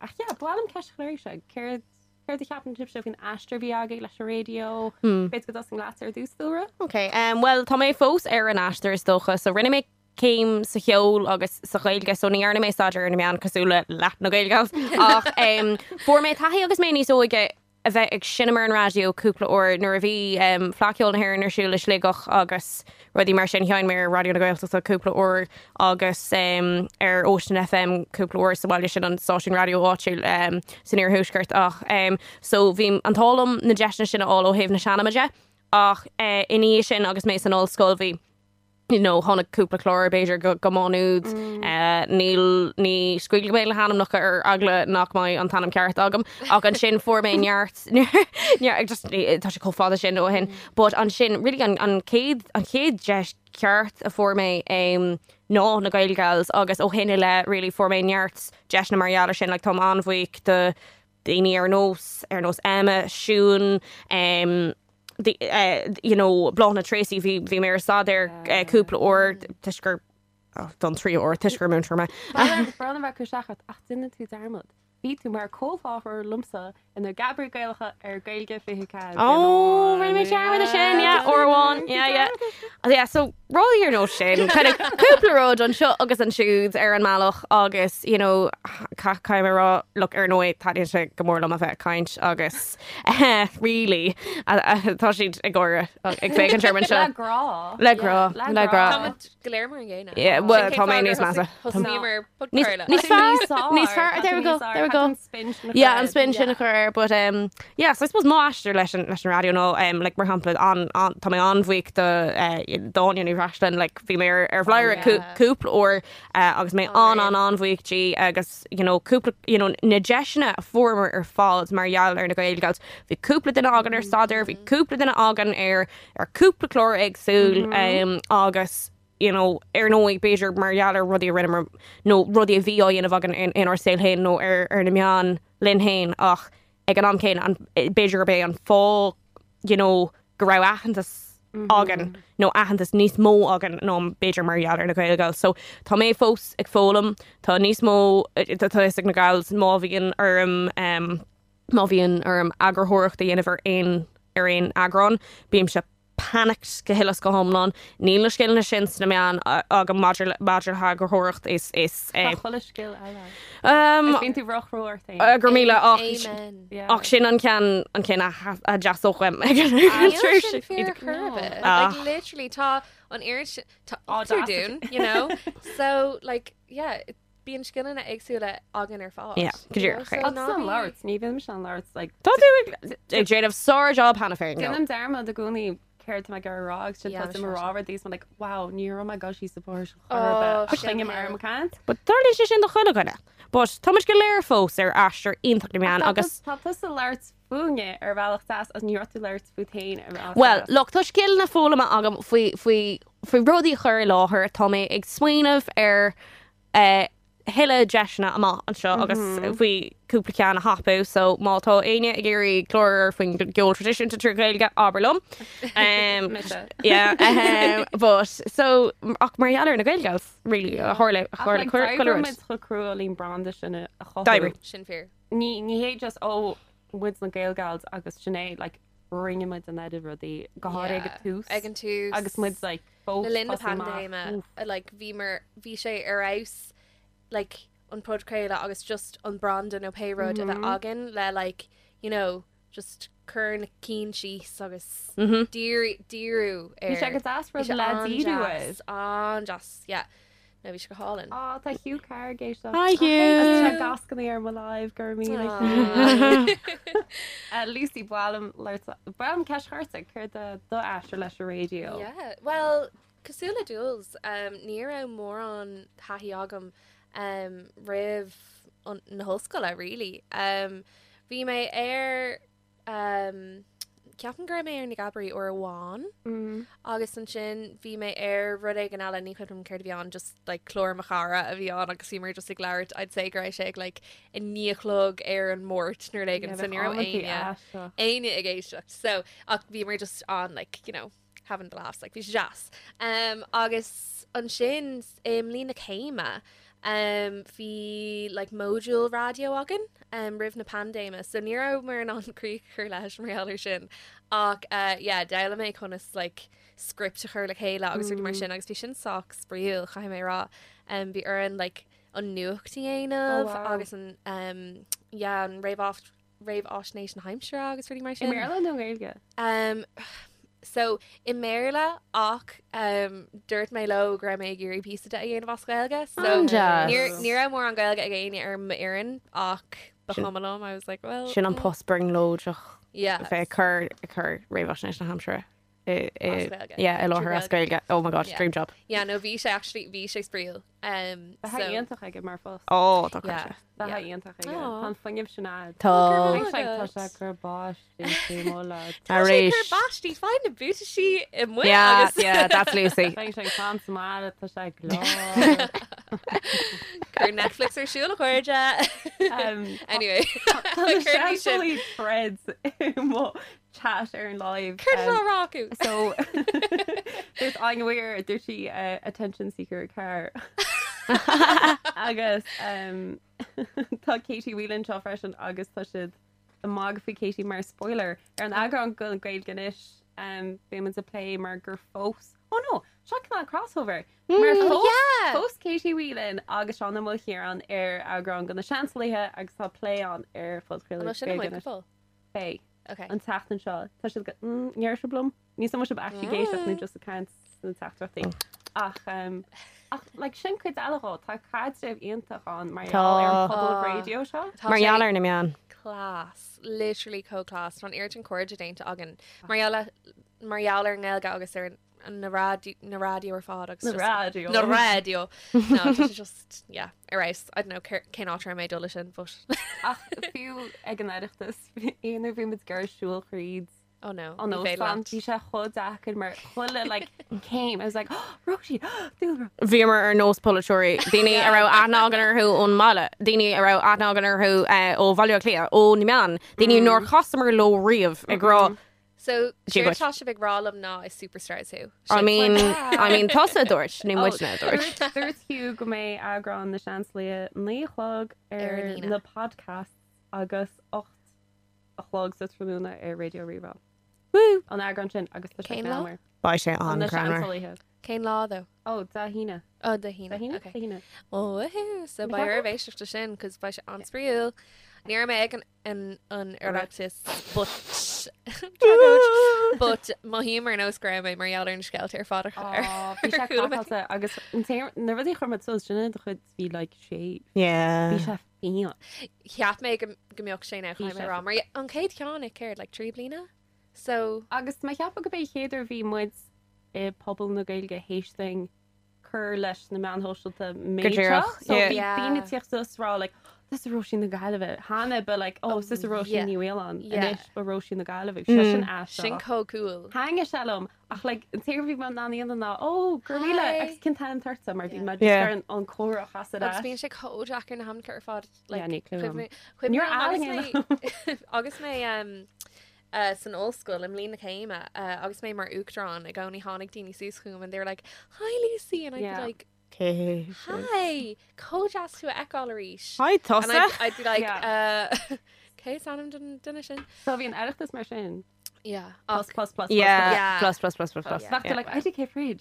D: ach bhm ceis chléir se céir chuir de cheapan tip se hín astrabí aga leis a radio bit go an glasar dúsúra
E: Ok, um, well tá mé fós ar an astar is dócha, so rinne mé céim sa cheol agus sa chailge soní arna mé staidir ar na meán cosúla leat na gailegas ach um, for mé taí agus mé níos óige a bheith ag sinnamar an radioúpla ó nuair a bhí um, flaiciúil na hairar siú leis ligach agus rudí mar sin teáin mar radio na gailta a cúpla ó agus um, ar Ocean FM cúplaúir sa bhile sin an Sáisiún radioáisiú um, san ar thuúsgart ach um, so bhí an tálam na deisna sin á ó héh na seanaide ach uh, iní sin agus mé an ócóilhí. you know, hána cúpla chlór béidir go gomáúd mm. uh, níl ní scuúil méile hanam nach ar agla nach mai an tanam ceart agam ach an sin formméart tá sé choáda sin ó hin, Bot an sin ri really an an céad an céad deis ceart a formé um, ná na gaiilgails agus ó hinine le ri really formméart deis na mariaala sin le like, tom anmhaigh de daine ar nós ar nós aime siún um, the uh, you know blana Tracy vi vi mé sadir cúpla ó tuisgur don trí ó tuisgur mun me
D: Brana bheith chuseachchat ach duine tú darmod. Bhí tú mar cóáhar lumsa in na gabbrú gaiilecha ar gailge ficha.
E: Ah, ó ri mé tear sin óháin yeah so ráí ar nó sin cúplaród an seo agus an siúd ar an máach agus you know caiimrá lu ar nóid tá se gomór am a bheith caiint agus Eh, rilí tá siad ag gcóra ag fé an German se
D: lerá
E: lerá lerá
F: goléir mar an ggéine
E: Yeah, well, tá mé níos measa.
F: Thníar
E: Níos- níos fearr, níos fearr, there we go, there we go.
D: spin
E: Yeah, an spin sin a chur, but um, yeah, so I suppose má asir leis an leis an radio nó, um, like mar hapla an an tá mé anmhaigh de uh, dáin í raslin, like bhí mé ar bhlair cúpla ó agus mé an an anmhaigh tí agus you know cúpla you know na deisina a formar ar fáils mar jaall ar na gaiilgalt, bhí cúpla den agan ar staidir, bhí cúpla den agan ar ar cúpla chlór agsúil um, agus you know er no ik beger marialer rudi rinnemer er- no rudi a vi in a vagan in in our sale hen no er er na mian lin hen ach ag an amcéin an beger bei an fá you know gorá achantas agan no achantas níos mó agan no am beger marialer na gail gal so tá mé fós ag fólam tá eh, níos mó tá na gals má vigan erm um má bhíon arm agurthireachta dhéanamh in ar aon agron, bíam se panic go hilas go homlan, níl le scéilna sin na meán a go maidirtha gurthireacht is is eh,
D: choiscil eile.
E: um,
D: Bhín tú rochróir
E: a gur míle ach
F: Amen.
E: Eh, ach sin an cean an cin a ha- a deasóchaim
F: Ní raibh sin fear
E: ag
F: curb it.
E: Ah. Oh,
F: Like, literally tá an iris
D: Audacity.
F: dún you know so like yeah it- bíon scianna agsúla agan ar fá
E: Yeah, go dtír, okay. Ach,
D: lá ní bhí se an lá
E: Tá tú eh, ag déanamh sór job hanna féin
D: Ginnim derma a gúnaí ceir me go rás sin
F: Yeah,
D: tá
F: sure,
D: marráver dís man wow ní ma go sí support
F: Oh,
D: sin
F: sin
D: mar
F: hell.
D: am cant.
E: Ba tar lei sé sin do chuna gona. Bos Thomas go léir fós ar asir intach na meán agus
D: Tá a leirt fúne ar bhealachtas as níortú leirt futain ar
E: Well, loch tá skill na fólama agam faoi faoi faoi rodí chuir láthair tá mé ag smaoineh ar eh, heile deisna amá an seo agus bhí cúpla cean a hapú so mátá aine ag géirí chlór faoin geol tradition tutragréilge aberlum. Um, yeah, ahem, but so ach mar ealar na gailgas ri a hála chuir
D: chocrú lín brande sin a cho
E: Diver.
F: sin fear
D: ní ní hé just ó oh, woods na gailgails agus sinné like ringe mu an eidir rudí
E: Oh,
D: goá ag tú
F: ag an tú
D: agus mu like fós
F: na linda
D: fosú maith.
F: pandéime
D: Oh, Oof.
F: like bhímar bhí sé arás like an podcréile agus just an brandon ó péród a
D: Mm-hmm.
F: bheith agan le like you know just chun cín si agus
D: Mm-hmm.
F: díú
D: Bhí sé gus as
F: Is
D: rud
F: it
D: le
F: on
D: díú
F: jazz? On jazz, yeah. na bhís go hálinn.
D: Á Tá hiú cair gééis
E: Hi, Hugh.
D: gascanna ar mo láimh gur mí
F: Ah.
D: Uh, Lucy bum bram ceisharrta chuir do eiste leis a radio.
F: Yeah. Well, Casula Duels, um, Nero more on Tahiagam, um, Riv on Naholskola, really. Um, we may air, um, Captain Grimay or Nagabri or Wan,
D: Mm.
F: August and Shin, we may air Rudig and Alan Nikodum Kerdion, just like Clor Machara of Yon, August Seymour, just like Larrett, I'd say Grishag, like a Neoclog, Air and Mort, Nerdagan, so Nero Ain, yeah. aine a géistecht so ach bhí mar just an like you know having the laughs like bhí jazz um agus an sin um lína céime um bhí like modul radio agan um rih na pandéma so níró mar an anrí chur leis mar heir sin ach uh yeah deile mé chunas like script a chur le chéile agus mm. mar sin agus bhí sin soach spríúil chaim mé rá um bhí ar an like an nuachtaí
D: Oh,
F: aanamh
D: wow.
F: agus an um yeah an rave off rave Osh Nation Heimstra agus really mar sin.
D: Maryland nó gaige.
F: Um, so i Maryla ach um, dúirt mé le gra mé gurí pí a dhéana bh gailga
D: Oh,
F: so
E: Anjas.
F: ní am mór an gailga a ggéine ar maran ach bechamalom I was like well mm,
E: Sin an postbring lóideach
F: yeah
E: bheith chur chur réhhaisnéis na hamsre. I
F: Oscailge.
E: láthir ascailge ó má gá
F: Yeah.
E: stream job.
F: yeah no bhí sé actually bhí sé spríal um
D: Tá íontach aige mar fós.
E: Ó tá
F: yeah,
E: chuirte.
D: Tá
F: yeah.
D: íontach aige
F: Aw.
D: Tá fangimh sinnáid.
E: Tá
F: Oh, good.
D: gur bá lá.
E: a
F: Actually,
E: rééis.
F: her bosh, do you find a booty she in Wales?
E: Yeah, yeah, that's Lucy.
D: Tá sé fan má tá sé glá.
F: Her Netflix or Shula Corja.
D: Um,
E: Oh.
D: er
F: Anyway, Courtney should-
D: Actually, Fred's mo chat ar an live.
F: Curtis
D: um,
F: um, Rocku.
D: So there's an weir there's she uh, attention seeker car. agus um tá Katie Whelan seo freis an agus tuisiid a mag fi Katie mar spoiler ar an agra an gon gaid ganis um béman a play mar gur fós oh no se ná crossover mar
F: yeah.
D: fós Katie Whelan agus an mo hir an ar agra an gona seanlathe agus tá play an ar
F: Well, shouldn't I
D: fo
F: full?
D: fé
F: Okay.
D: an tatan seo Tá si go "Mm, near se blom ní sam se agéisiach nu just a cant na tatí ach um, ach like, sin chuid eá tá cad seh ionintach an mar
E: Tá.
D: pobl radio seo
E: Marianar na meán.
F: class literally co-class an air an cord daint agan Mariala Mariala an elga agus ar an- an na radio na radio or fod agus
D: Na
F: just-
D: radio.
F: na radio no it's just yeah erase I don't know Kane Otter made Dulishin but Ah.
D: ach fiú ag an airitas éonar bhí mit gur siúil chríd
F: oh no
D: an
F: ní bhéile
D: óán
F: leat.
D: tí se chud acid mar chuile le céim I was like oh, Roshi dú
E: Bhímar ar nós polatóirí. Daoine ar rah anáganarthú ón er mala. er Daoine ar rah anáganarthú ó bhaú clia ó ní meán.
F: Mm.
E: Daoine nóir chostamar ló riamh
F: Mm-hmm.
E: i grá.
F: so
E: Digo.
F: Tasha big Rollum na is superstars who
E: I mean, I mean, tosa dúirt,
F: Oh.
E: ní muisna dúirt.
D: Third hiú go mé agra an na seanlia nélog
F: Ar
D: ar
F: Lína.
D: na er podcast agus 8 alog sa trúna ar er radio Riva. Woo an agran sin agus tá sé
F: Céim lá?
D: námar
E: Ba sé
D: an
E: an
D: na
E: cranmer.
D: seanlathe.
F: Kane Law though
D: Ó dá hína
F: oh the Hina
D: hína
F: okay
D: hína.
F: Oh, woohoo. So
D: Ní
F: by
D: bheith?
F: Irvish to sin, because by an spriel, near me egg an an eruptus, but but my humor knows graham by Marielle and Skelter father.
D: Er, agus na bhí chumad so sinna do chud bhí le sé bhí
E: Yeah.
D: se fi.
F: Chiap me gamiok shane out
D: Bhí
F: I'm
D: sé-
F: wrong. Marie on Kate Kionic cared like tree blina. So
D: Agus mai cheappa go bh chéidir bhí muid i e, pobl na gailge héisting chur leis na manhoisiilta
E: Gadéireach, yeah.
F: Yeah.
D: bíine tíochttas rá le Tus a roisin na gaiileh Hanna be le ó sus "Oh, a
F: yeah.
D: roisin níhéán
F: Yeah.
D: is ba roisin na gaiileh sin
F: Mm. shin
D: as.
F: co cool.
D: Hange selum ach le an tíirbhí man naíon ná ó
F: Hi.
D: gurmíile cin tan tarta mar bhí mar
E: Yeah.
D: an an chora
F: Agus bíon
D: chas
F: sé cóideach ar na hamcar fád
D: Yeah, ní cluam. Níor ailing
F: agus mé um, uh, san óscoil im lína céime uh, agus mé mar uachdraán a gcóí tháinig daoine súsúm and they're like hi Lucy and I'd yeah.
D: Yeah.
F: be like
E: Hi,
F: hi cójas tú eáil ríis and
E: tosa.
F: I'd, I'd be like yeah. uh, Cé anm dun duine sin
D: Tá bhí an airitas mar sin
F: yeah
D: plus plus plus
E: Yeah.
F: Yeah. Oh,
E: Plus, plus, plus, plus, plus.
F: yeah.
D: Fachtar le ké fríd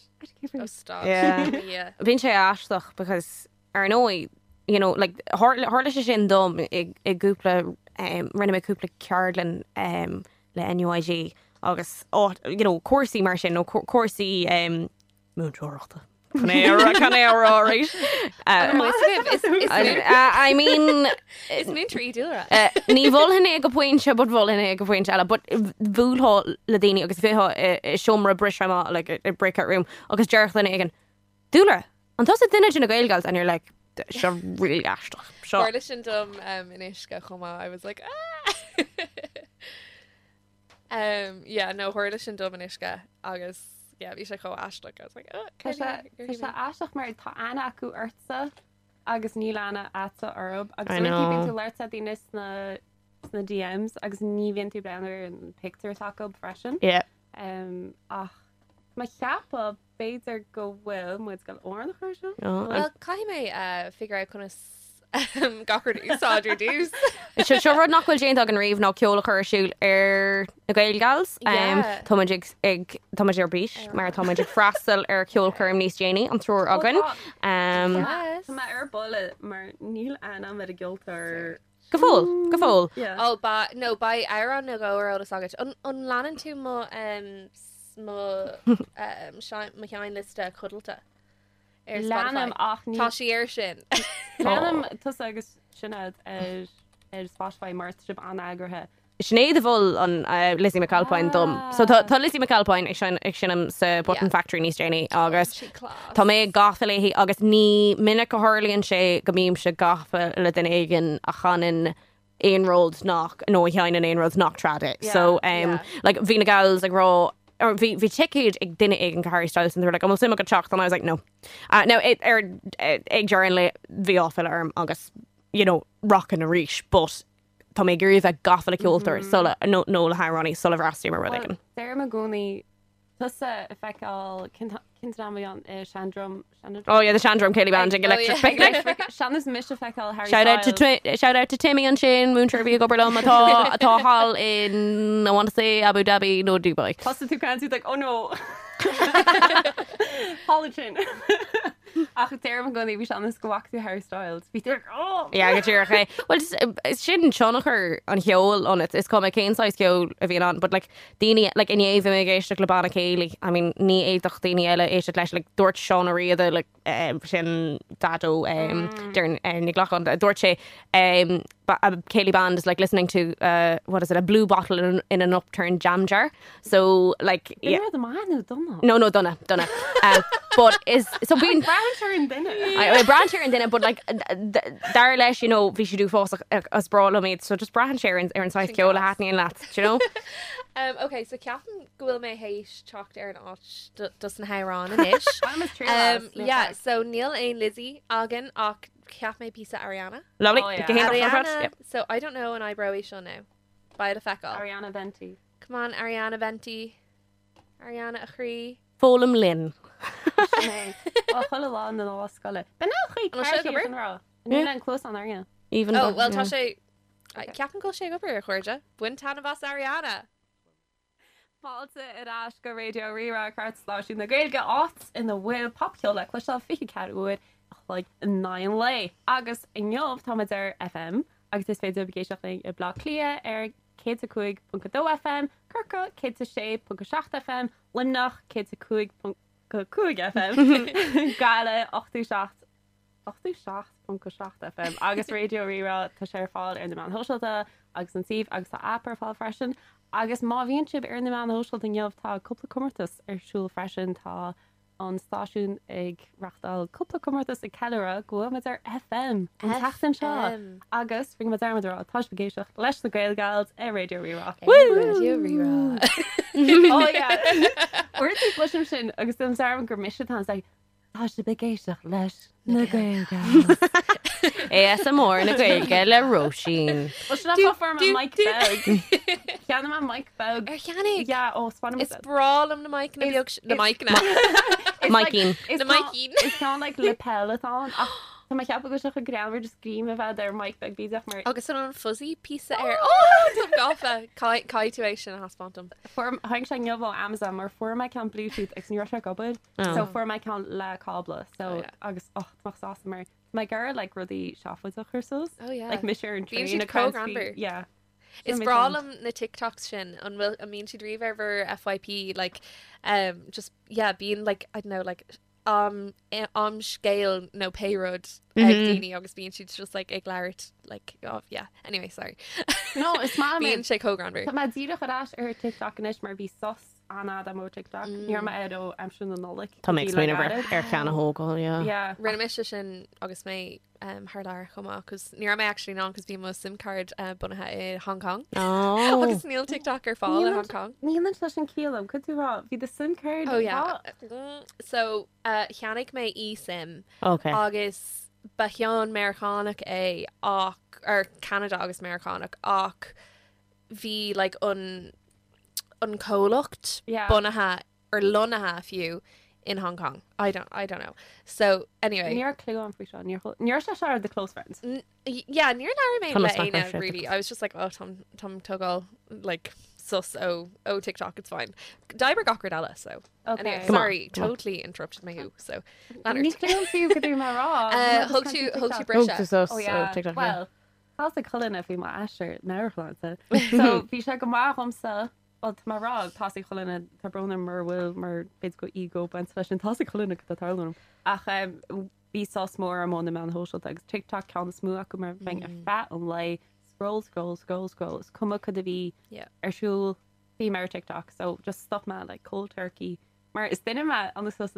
F: oh, stop
E: Yeah.
F: yeah
E: Bhín sé aisteach because ar nói, you know, like, hála sé sin dom i i gúpla, um, rinne me cúpla cearlan um, le NUIG agus, oh, you know, cuasaí mar sin, nó cuasaí um, múntóireachta. Canéra canéráéis. Uh, I mean
F: Is mé trí dúra.
E: Eh, ní bhhinna ag go pointse bud bhhinna ag go pointse eile, but bhúlá le daine agus bhítha siomra brisre má le i breakout room agus deirlainna igen. Dúla antá a duine sin na gailgail an ar le se ri eisteach
D: Oh.
F: Or
E: seo
F: listen to um, um, in Ishka Choma, I was like, ah! um, yeah, no, or listen to in Ishka, August, yeah, Ishka Choma, Ashtuk, I was like,
D: Tá
F: oh, kinda,
D: sé-
F: you're
D: tá sé
F: human.
D: aisteach mar tá anna acu orsa agus ní lena atá orb
E: I
D: agus bhíon
E: know.
D: tú leir a dtíine sna sna DMs agus ní bhíon tú breir an picture takeil freisin
E: Yeah.
D: Um, ach Má cheappa béidir go bhfuil mu go orna chuir
E: Oh,
F: Well, Kahime, uh, figure out kind of, um, Gawker Deuce, Audrey Deuce.
E: Se se rud nachfuil déint ag an riomh ná ceola chu siúil ar na gailgails
F: Yeah.
E: Táid ag táid ar bís mar táid freistal ar ceolcurm níos déine an trúr agan. Um,
F: Yes.
D: Tá ar bolle mar níl anna mar a giltar
E: Go fóil, go fóil.
D: Yeah.
F: Oh, ba no, by Iron no go or the saga. Un un lannan to mo um s- mo um shine McKeown list uh, cuddleta. Er
D: Leanam ach ní
F: Tashi Ershin.
D: Leanam
E: Oh.
D: tu agus sinad ar ar Spotify mar sib an agrathe
E: Snéad a bhil an uh, Lizzie McAlpine dom. So tá tá Lizzie McAlpine ag sin ag sinnam sa Button
F: Yeah.
E: Factory níos déine agus.
F: She class.
E: Tá mé gafa leihí agus ní minic go háirlaíonn sé go mím se gafa le den éigen a chanan éonród nach nó tean an éonród nach trade.
D: Yeah,
E: So um,
F: yeah.
E: like hí na gals ag rá or bhí bhí tiid ag duine ag an Carry Styles and they're like, "I'm sim go chocht," and I was like, "No." Uh, no, it er ag dearan le bhí áfil arm agus, you know, rock in a reach, but Tá mé gurí bheith gafa le ceoltar
F: Mm-hmm.
E: sulla nó nó le haránaí sulla bhrastí mar
D: Well,
E: rugan.
D: Deir a gcónaí tusa feáil cinráon Sandrum
E: Oh yeah, the Chandram Kelly band and
F: Oh, yeah.
E: electric picnic.
D: Seannas mis feáil Harry
E: Shout out to
D: Styles.
E: Twi- shout out to Timmy and Shane Moonshire Via Goberlum atá atá hall in I want to say Abu Dhabi no Dubai.
D: Tossa tú can tú like, oh no Hallin Ach déir an gona bhí seannas gohaú Harry Styles Bhí tú oh
E: Yeah, get your okay. Well, just um, it's shouldn't Shonacher on Hiol on it. It's called McCain size Hiol of Elon, but like Dini like in Eva Megish like Labana Kaylee. I mean, ni Eidach Dini Ella Eish like like Dort Shonaria the like um Shin Dado um during uh, Niglach on Dorche um but uh, Kaylee band is like listening to uh what is it a blue bottle in, in an upturned jam jar. So like yeah.
D: Bhí manú donna
E: No, no, Donna, Donna. um, but is so being
D: Branchar an duine
E: I, I brand share in dinner, but like there less you know we should do uh, force us brawl made. So just brand share in in South Kyola Hatney and that, you know.
F: Um, okay, so Captain Gwil may hate chalked Aaron Osh doesn't hire on an ish.
D: I'm as true as
F: um,
D: no
F: yeah,
D: fact.
F: so Neil and Lizzie Agan och Cap may pizza Ariana.
E: Lovely.
D: Oh, yeah.
E: Get hand off our front.
F: Ariana.
E: Yep.
F: So I don't know an eyebrow we shall know. By the feckle.
D: Ariana Venti
F: Come on, Ariana Venti. Ariana Achree.
E: Folum Lynn.
D: chola lá na áscoile Ben
F: An a sugar?
D: chuirrá Ní an clós an airna
E: Even
F: Oh,
E: though-
F: well,
E: yeah.
F: Tasha, Captain Go Shake Over, Georgia. Wintan of us, Ariana.
D: Fáte arás go radio rirá cart sláisiú na gailge át ina bhfuil popciol le chluá fi ceúid chuid 9 lei. Agus inmh táidir FM agus is féidir begéisioing i bla lia ar cé a chuig puntdó FM, Curca cé a sé punca 6 FM, limnach cé a chuig go chuig FM Gaile 8ú 6 8ú 6.7 FM agus radio rirá tá sé ar fáil ar na man hoisiilta agus an tíh agus tá appar fáil freisin agus má bhíonn sib ar na man hoisiil den neomhtá cuppla cumartas ar siúil freisin tá an stáisiún ag rachtáil cuppla cumartas i ceara gofuid ar FM an tetan seo
F: FM.
D: agus fing mar darmadrá táis begéisioach leis na gailgails ar radio rirá.
F: Radio Rera.
D: Oh, yeah. Or it's like listen sin agus dom sam gur mis tan like tá se begéisioach leis na gailgails.
E: ASMR na gaelge le Roisin.
D: Well, should I do, for
F: do-
D: my Mike
F: do-
D: Bug? Yeah, my Mike Bug.
F: Ariana.
D: Yeah, oh, spawn him
F: It's brawl on the mic. The mic. The mic now.
E: Mikeen.
D: It's
F: The
D: not-
F: Mikeen.
D: It's kind of like lapelathon. Oh, so my cap goes like a grammar just scream about their Mike Bug bees off my
F: August on Oh, fuzzy piece of air. Oh, some golfer. Kai situation has bottom.
D: for hang shang yo on Amazon or for my count Bluetooth it's near Russia gobbled. So for my count la cobbler. So
F: yeah.
D: August oh, it's awesome. My girl like really shop with herself.
F: Oh, yeah.
D: Like Miss Sharon
F: Beaver
D: Dream,
F: she'd
D: a Crosby.
F: co-grammer.
D: Yeah.
F: It's
D: Amazing.
F: brawl on the TikTok shin on will I mean she'd reverver FYP like um just yeah being like I don't know like um i- am scale no payroad mm-hmm. agus being she's just like ag leirt like oh yeah anyway sorry
D: No, it's mad,
F: being
D: man.
F: Shay Hogan
D: Tá má díra chudáis ar tikach inis mar bhí sos anna am ó tikach
F: Mm.
D: níor ma édó am sin an nolik
E: Tá mé mé ar cheanna hógáil
F: Rinne me sin agus mé um, haar leir chumá cos ní mé actually ná cos bí mo sim card uh, bunathe i Hong Kong
E: Oh.
D: Oh.
F: agus níl tiktok ar fá in Hong Kong
D: Níl lei sin cílam chu túrá hí de sun céir
F: oh yeah Mm, so uh, cheannic mé í sim
E: Ok
F: Uh, agus bahion Americanach é ach ar Canada agus Americanach ach hí like un uncólacht
D: Yeah.
F: bunathe ar lonathe fiú in Hong Kong. I don't I don't know. So anyway,
D: Níor clú an fao seo níor se se de close friends.
F: N- y- yeah, near Larry
E: Thomas
F: made
E: Mac, I
F: Lena
E: should-
F: really. I was just like, oh, Tom Tom Toggle, like sus. Oh, oh, TikTok, it's fine. Diber Gockerdella. So
D: Okay.
F: anyway,
D: Come
E: on,
F: sorry,
E: come on.
F: totally interrupted my who. So
D: Ní
F: Leonard,
D: clú fiú go dú mar rá.
F: uh, hug to hug to Brisha.
E: Brisha
D: Oh, Well, how's the colin if we might asher Marylandsa? So fi se go mar homsa well to my rog tossy colin a tabrona mer will mer bids go ego ben special tossy colin at the tarlon. Ach um vi sauce more am on the man social tags TikTok count smoo ac mer bang
F: Mm.
D: a fat on lay scroll scroll scroll scroll it's come up could be
F: Yeah.
D: ar siúl bí mar TikTok, so just stop me like cold turkey. Mar is duine me an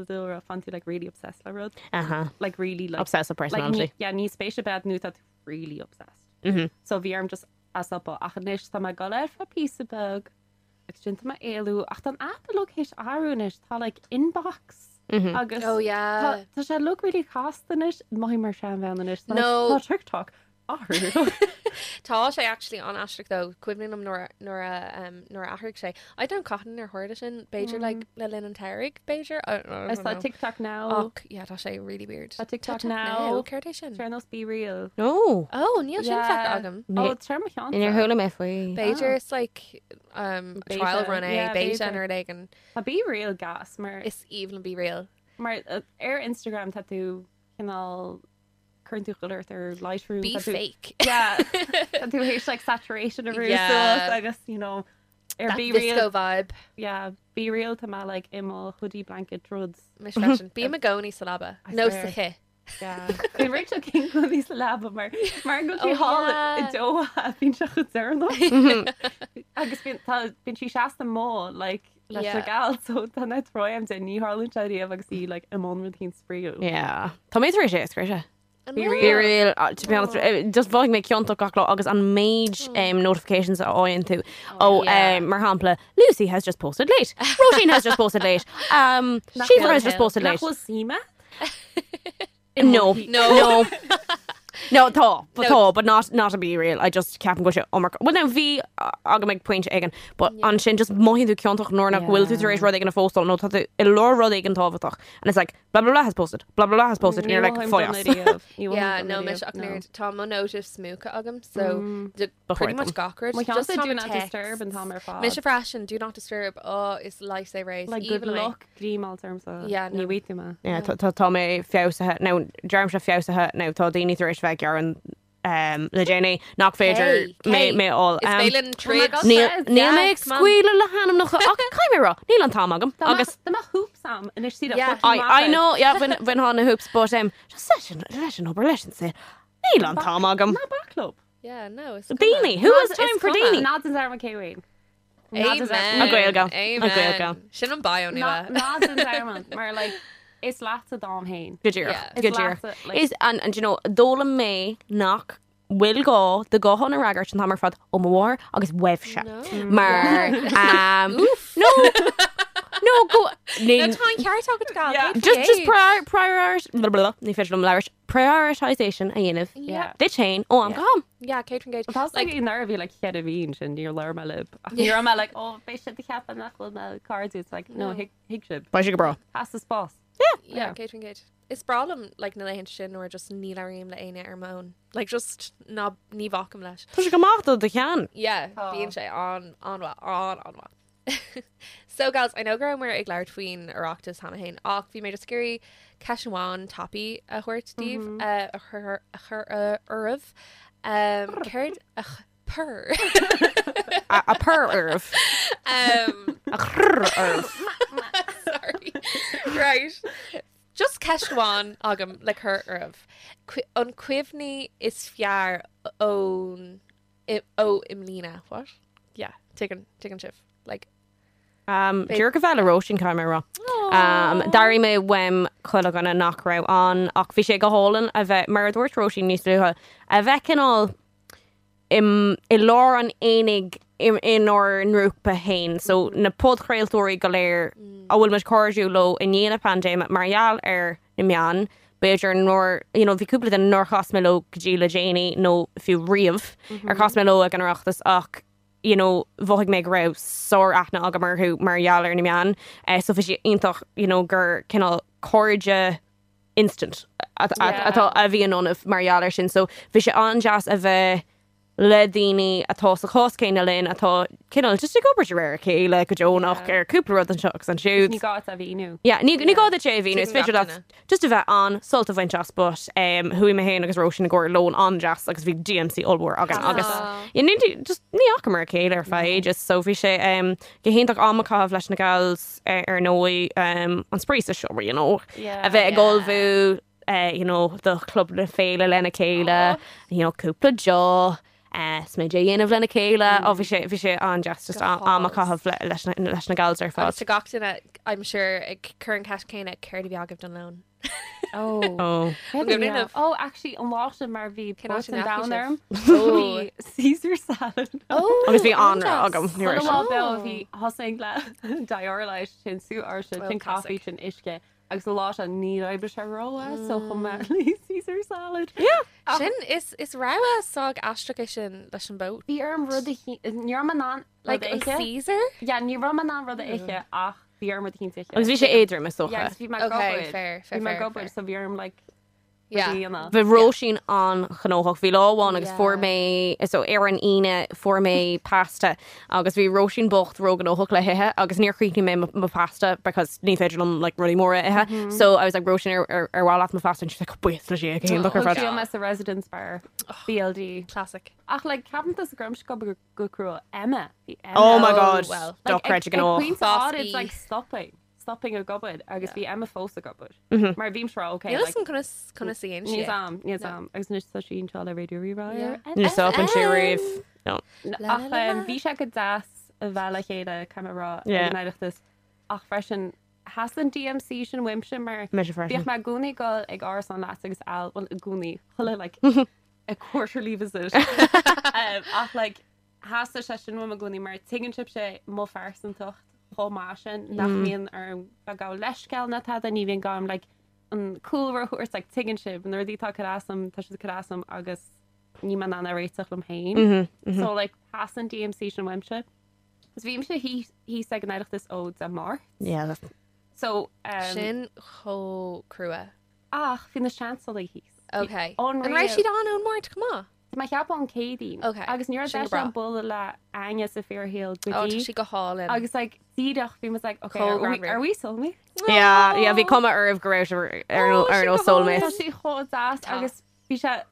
D: do a fan tú like really obsessed le rud,
E: Aha
D: like really like
E: Obsessive
D: Like,
E: personality
D: ní, yeah, ní spéisi bad nu dat really obsessed.
F: Mm-hmm.
E: Mhm.
D: So bhí arm just as up ach anis tá me gal fa pí a bug, ag sin ma éú ach an aplohéis áúnis tá like inbox agus
F: Oh, yeah.
D: Tá- Tá sé look really castanis mai mar sem bhenis
F: No.
D: TikTok. áireamh.
F: Tá sé actually on Ashric though. Quibnin am Nora Nora um Nora Ashric say. I don't cotton or Hordishin. Bajor like Lilin and Tarek Bajor. I don't know. I
D: Mm. Is
F: don't
D: that
F: know.
D: TikTok now?
F: Och, yeah, that's a really weird.
D: Tá TikTok now.
F: Cardation.
D: Turn those be real.
E: No
F: Oh, Neil
D: Yeah.
F: Shinfak Agam.
D: Oh, term Sean.
E: Inar thula mé faoi
F: Beiger is like um
D: Beta,
F: trial run
D: yeah,
F: é beta
D: beta.
F: an ag an
D: Tá be real gas mar
F: is even be real.
D: Maar uh, er Instagram tattoo can all current to color their Lightroom.
F: Be
D: tattoo.
F: fake.
D: Yeah. tattoo hair like saturation of real.
F: Yeah.
D: Yeah. I guess, you know, er
F: That
D: be
F: disco
D: real.
F: vibe.
D: Yeah. Be real to my like immo hoodie blanket drugs.
F: Miss fashion. Be Magoni Salaba.
D: I
F: No
D: swear.
F: sahe.
D: Yeah. In Rachel King go these lab maar maar go die
F: Oh,
D: hall
F: yeah.
D: it do been so good there no. I guess been tal been she shas them more like Let's
F: Yeah.
D: yeah. gal so tan I throw him to New Harlan Chadi of see like a mon with him spree.
E: Yeah Tá méid éis éis réise Be
F: Be
E: real uh, to be honest uh, just bhag mé ceanta gachlá agus an maid um, notifications a áonn tú ó
F: yeah.
E: um, mar hapla Lucy has just posted late Roisin has just posted late um, she
F: Hill
E: has just
F: Hill.
E: posted
D: Like
E: late
D: was Sima?
E: no
F: No.
E: no no tá
F: No.
E: but tá but not not a be real I just ceapan go se ó well now bhí uh, aga méid point igen but an sin just maihíú ceantaach nóir nach bhfuil tú tar éis rud ag an fóstal nó tá tú i lár rud ag an táhaach and it's like bla bla bla has posted bla bla bla has posted and you're like fire
F: Yeah, no Miss Ucknerd. Tom Monotive Smook Agam. So d-
E: Before
F: pretty much
E: them.
F: Gockard.
D: Like
F: Just
D: also Mm.
F: Tom
D: do
F: and
D: not
F: Tex.
D: disturb and Tom are fine.
F: Miss Fashion, do not disturb. Oh, is lifesaver.
D: Like good luck, dream all terms of
F: Yeah, no.
D: ni wait ma.
E: Yeah, tá- tá tá mé fiosathe nó dearm se fiosathe nó tá daoine tar éis bheith ar an um, le déna nach féidir mé mé all um,
F: It's
D: Oh
F: Balin Trigg.
D: God.
E: Níl
D: Yes,
E: níl mé
D: yes,
E: ag scuile le hanam nach caiimrá níl an támagam agus
D: the ma hoop sam and is see
F: Yeah.
D: that
E: I nó bhain hána hoops um, bot im leis an obair leis sé níl an támagam
D: Ma back club.
F: Yeah, no. it's Cumma.
E: Daoine who has time for daoine
D: Nods and Zara McCain.
F: Amen.
E: A ghailge. A
F: Amen.
E: ghailge.
F: Sin an bio
D: Nods and Zara, mar like it's lots of Dom Hain.
E: Good year.
F: Yeah.
E: Good
D: It's
E: year.
D: lots of, like-
E: Is and and you know dóla mé nach will go de go hon a ragart an hammer fad om war agus wef se Mm. mar um no no go
F: Tá
E: ní
F: ceart agad gal.
D: Yeah.
F: Good
E: just just
F: day.
E: prior prior blah, blah, blah, ní fed am leir prioritization a dhéanamh
D: Yeah.
E: de chain ó am gom
F: Yeah, Catherine Gage.
D: That's like in there be like head of inch and you're lower my lip. You're on my like oh fish at the cap and that with my cards. It's like no hick hick ship.
E: ba si go bra
D: Pass this boss.
F: yeah, Catherine Gage. Is bralam like na lein sin or just ní arim le aine ar món. Like just na ní vacum leis.
E: Tá sé go máta de chean
F: Yeah, bíon sé an anwa an anwa. So gals, I know gra mar ag leir faoin arachtas hanahain ach bhí méidir scurí caiisiháin tapí a chuirt uh, Steve uh, a chur a uh, chur a uramh céird um, a ch- purr
E: a a per erf
F: um
E: a chrr erf
F: sorry right just Keháin agam le chu armh. An cuimhní is fiar ón i- ó im lína war? Ja, tu an sih le
E: Um, Dúr go bhheile roin caiimrá. Um, Darí mé weim chula ganna nach rah an ach bhí sé go hálan a bheith mar dúirt roisin níos luúthe. A bheith cinál im- i lá an énig in ó nrúpa hain, so na podcréiltóirí go léir a bhfuil me choirú lo in dhéana pandéime marall ar na meán, Beiidir nóir bhíúpla den nóir chasmeló go ddí le déine nó fiú riamh ar chasmeló a ganreaachtas ach you know, bhóigh méid raibh sór aithna aga marthú marall ar na meán, eh, so fi sé intach you know, gur cinál cóide instant at- at- atá a bhí anónmh marall sin, so bhí sé an jazz a bheith le daoine atá sa chós céine linn atá cinál just a gobre ré ché le go Jonach ar cúplarad an seach an siúd.
D: Ní gá a bhíú.
E: Yeah, ní ní gáda sé bhín is
F: Tuigim
E: féidir dat
F: gach duine.
E: just a bheith an solta bhain jazz but um, hui me héin agus roisin na ggur lón an jazz agus bhí DMC Allhar agan
F: Ah.
E: agus I ní dí- just ní achamar céile ar fé just so bhí sé um, go héntaach amachá leis na gals uh, ar nói um, an sprís a seoir you know
F: Yeah.
E: a bheith ggóilbhú uh, you know do club na féile lena céile you know cúpla jo Uh, Smid é dhéanamh lena céile
F: Mm.
E: ó bhí sé bhí sé an jazz just am- amachá le- leis na- leis na gals ar fá
F: Tá gachtainna I'm sure ag chun cai céine ceir bheagah don lán. Oh.
D: ó.
E: ó.
F: Go
D: Yeah.
F: rinneamh.
D: Oh, actually, an láiste mar bhí
F: Can I
D: post an
F: sin nach
D: downarm.
F: Oh.
D: Bhí Caesar salad.
E: Agus bhí anra agam ní
D: Well,
E: raibh
D: well,
E: sin.
D: Bill, hí hosaing le dair leis sin sú ar se
F: oh. Well,
D: sin caí
F: classic.
D: sin isce agus le lá a ní raibh se rolla eh? so chum
F: Mm.
D: Caesar salad. Oh.
F: Sin is is rah sag astracha sin leis an bót.
D: Bhí arm rud nearman an le
F: Like an
D: ige?
F: Caesar?
D: Ja, ní raman an rud ige ach bhí arm hí
E: Agus bhí sé éidir me
F: eh?
E: socha.
D: bhí mar
F: Okay,
D: gobaid.
F: fair, fair,
D: Bhí mar
F: fair, fair.
D: gobaid, so bhí arm like
F: Yeah.
D: díana.
E: Bhí roisin an chnóthach bhí láháin agus
F: Yeah.
E: formé is ar an ine formé pasta agus bhí roisin bocht rógan óthach le hethe agus níorchéní mé má pasta because ní féidir an like ruí móra ithe so I was like roisin ar- ar ar bháil na fast an si buit le sé chéon
D: Look at
E: bachar
D: as a residence bar BLD.
F: Classic.
D: Ach, like, Cavendish Grimsh got a good girl, Emma. The Emma.
E: Oh my god,
F: well.
E: Doc
D: ag-
E: Reggan
D: ag
E: ó.
D: Queen's
F: Boss
D: Odd, it's
F: B.
D: like stopping, stopping a gobbard, agus bhí Emma fós a gobbard.
E: Mm-hmm.
D: Mar bhím srá, okay.
F: Nílas
D: like, um,
F: an chuna síon
D: Níos am, níos am. Agus níos sa sin tala radio rerá.
E: Ní sop an si raomh. No.
F: La,
D: Ach,
F: la, la, la.
D: um, bhí se go das a bhela chéile camera
E: Yeah.
D: naidachtas. Ach, freisin, has an DMC sin wimp sin mar...
E: Me sin freisin.
D: Bíoch ma gúnaí gáil ag áras an las agus al, well, gúnaí, hula, like, a quarter leave is it. um, ach, like, has a session with gúnaí mar tigan chip sé mó fars an tucht, hó má sin, nach mion ar a gá leiscail na tad a ní bhíon gám, like, an coolra húrs, like, tigan chip, an rudí tá carasam, tá si carasam agus ní man anna réiteach lom hain. So like pass an DMC sin weimse. Is bhím se hí hí ag neidech is ó a mar.
E: Yeah, that's-
D: So um,
F: Sin cho crua.
D: ach Ah, fin na sean le hí.
F: Okay.
D: On
F: An
D: riad.
F: raéis siad an ón mórt cumá.
D: Ma cheap an cédí.
F: Okay,
D: agus nuair
F: sin
D: se
F: go
D: an bol le aine sa fearhéil
F: Á si
D: go.
F: Oh, go hálan.
D: Agus like sídach bhí was like okay,
F: Call
D: are, we,
F: Robert.
D: are we sold me?
E: Yeah, yeah, bhí cuma armh goéis
D: Oh,
E: ar nó solméis.
D: sí chodáas
F: Ah.
D: agus bhí se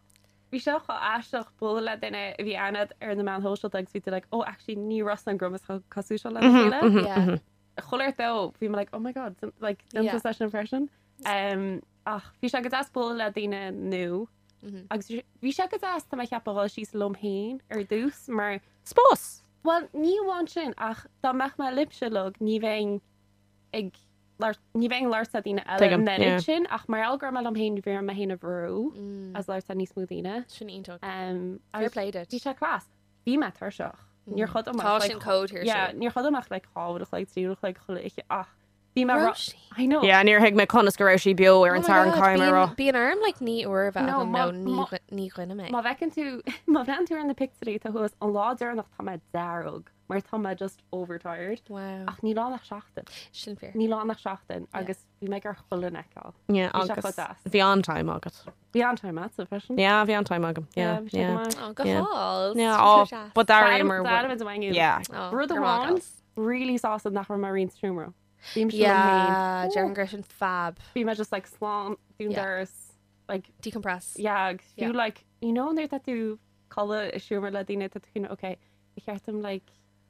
D: Bhí seo chu eisteach bula duine bhí anad ar na man hoisiil agus bhí like, ó, oh, actually ní ras an gromas cosú se le
E: Mhm,
D: chéile.
F: Yeah.
D: choir do bhí mar like, oh my god some- like
F: Yeah.
D: yeah. session impression um, ach bhí se go aspó le daine nu agus bhí se go as tá cheapá síos lomhéin ar dús mar
E: Spós.
D: well níháin sin ach dá meach me lipse le ní bhéin ag lar- ní bhéin leir a dtíine
E: Tuigim, yeah.
D: eile sin ach mar algur me lomhéin bhí me héna bhrú as leir a níos smúdíine
F: Sin ító.
D: um,
F: Fair Hmm. play duit.
D: Bhí se clás bhí me tar seach níor chud amach,
F: Tá
D: like,
F: sin cód thir
D: yeah,
F: seo.
D: níor chud amach le cáhach le tríúach le choiche ach bhí me
F: Roisin.
D: I know
E: Yeah, níor hiig me conas go raibh sí beo ar an
F: Oh
E: tar an caiimar rá.
F: Bí an arm le ní uair bh
D: No,
F: nó
D: ma-
F: ní
D: ma-
F: chu- ní chuine mé.
D: má bhecinn tú má bhean tú in na picturí tá thuas an láidir nach tá dearg mar tá just overtired
F: Wow.
D: ach ní lá nach seachtain
F: Sin fear.
D: ní lá nach seachtain agus bhí me ar cholinneá
E: Yeah,
D: Bhí se
E: agus.
D: chud as.
E: Bhí an time agat.
D: Bhí antá mat a fashion
E: Yeah, bhí an time agam. Yeah, yeah.
F: Oh, go
E: Yeah.
F: háil.
E: Yeah, oh, but dar émar.
D: Daimáin
E: Yeah.
F: Oh, gur maith
D: Ruháin
F: gáils.
D: really sásan nach mar marine streamro
F: Yeah, Jeremy Gresham fab.
D: Bhí me just like slán dún
F: Yeah.
D: deras like
F: Decompress.
D: yeah, if
F: Yeah.
D: you like, you know, they're that do call it a shumer ladina that you know, okay, I hear them like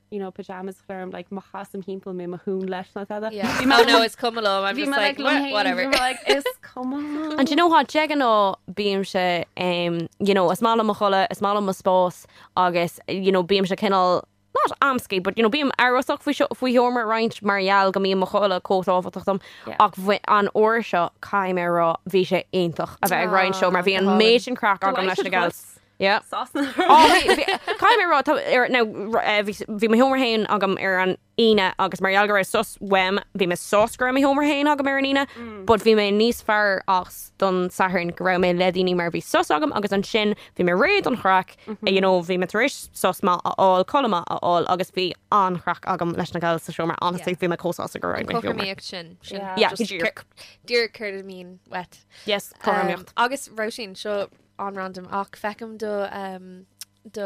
D: you know, pajamas chlarm like ma chasam hintal me ma hún leis na tada.
F: Yeah. oh no, it's come along. I'm just like, like whatever.
D: like, is come on.
E: And do you know what? Jegan ó bíimse, um, you know, is mála mo chola, is mála mo spós, agus, you know, bíimse cinnal, not amsky, but, you know, bíim arosach fwy, fwy hormer rhaint marial gam íim mo chola cót áfatachtam, yeah. ach bhui an oir seo caim ar rá bhí sé eintach a bheith ag rhaint seo, mar bhí an méis an crack agam leis na gals. Yeah. Oh,
D: Sauce.
E: Caim ar rá, now, bhí mo homer hain agam ar an ina, agus marial gar sus wem, bhí me sós gra mi homer hain agam ar an ina,
D: Mm.
E: but bhí me níos fear as don saharn gra me ledíní mar bhí sus agam, agus an sin bhí me réad an chrac,
D: Mhm.
E: eh, you know, bhí me taréis sus má aáil colma aáil, agus bhí an chrac agam leis na gail sa seo mar honestly bhí me cósás a go
F: Cover me
E: raibh.
F: action. sin.
E: Yeah,
F: Just
E: dear.
F: cur- Dear Curtis mean wet. Um,
E: Yes,
D: Um,
E: choíocht.
F: Agus Roisin seo an random ach fecham do um, do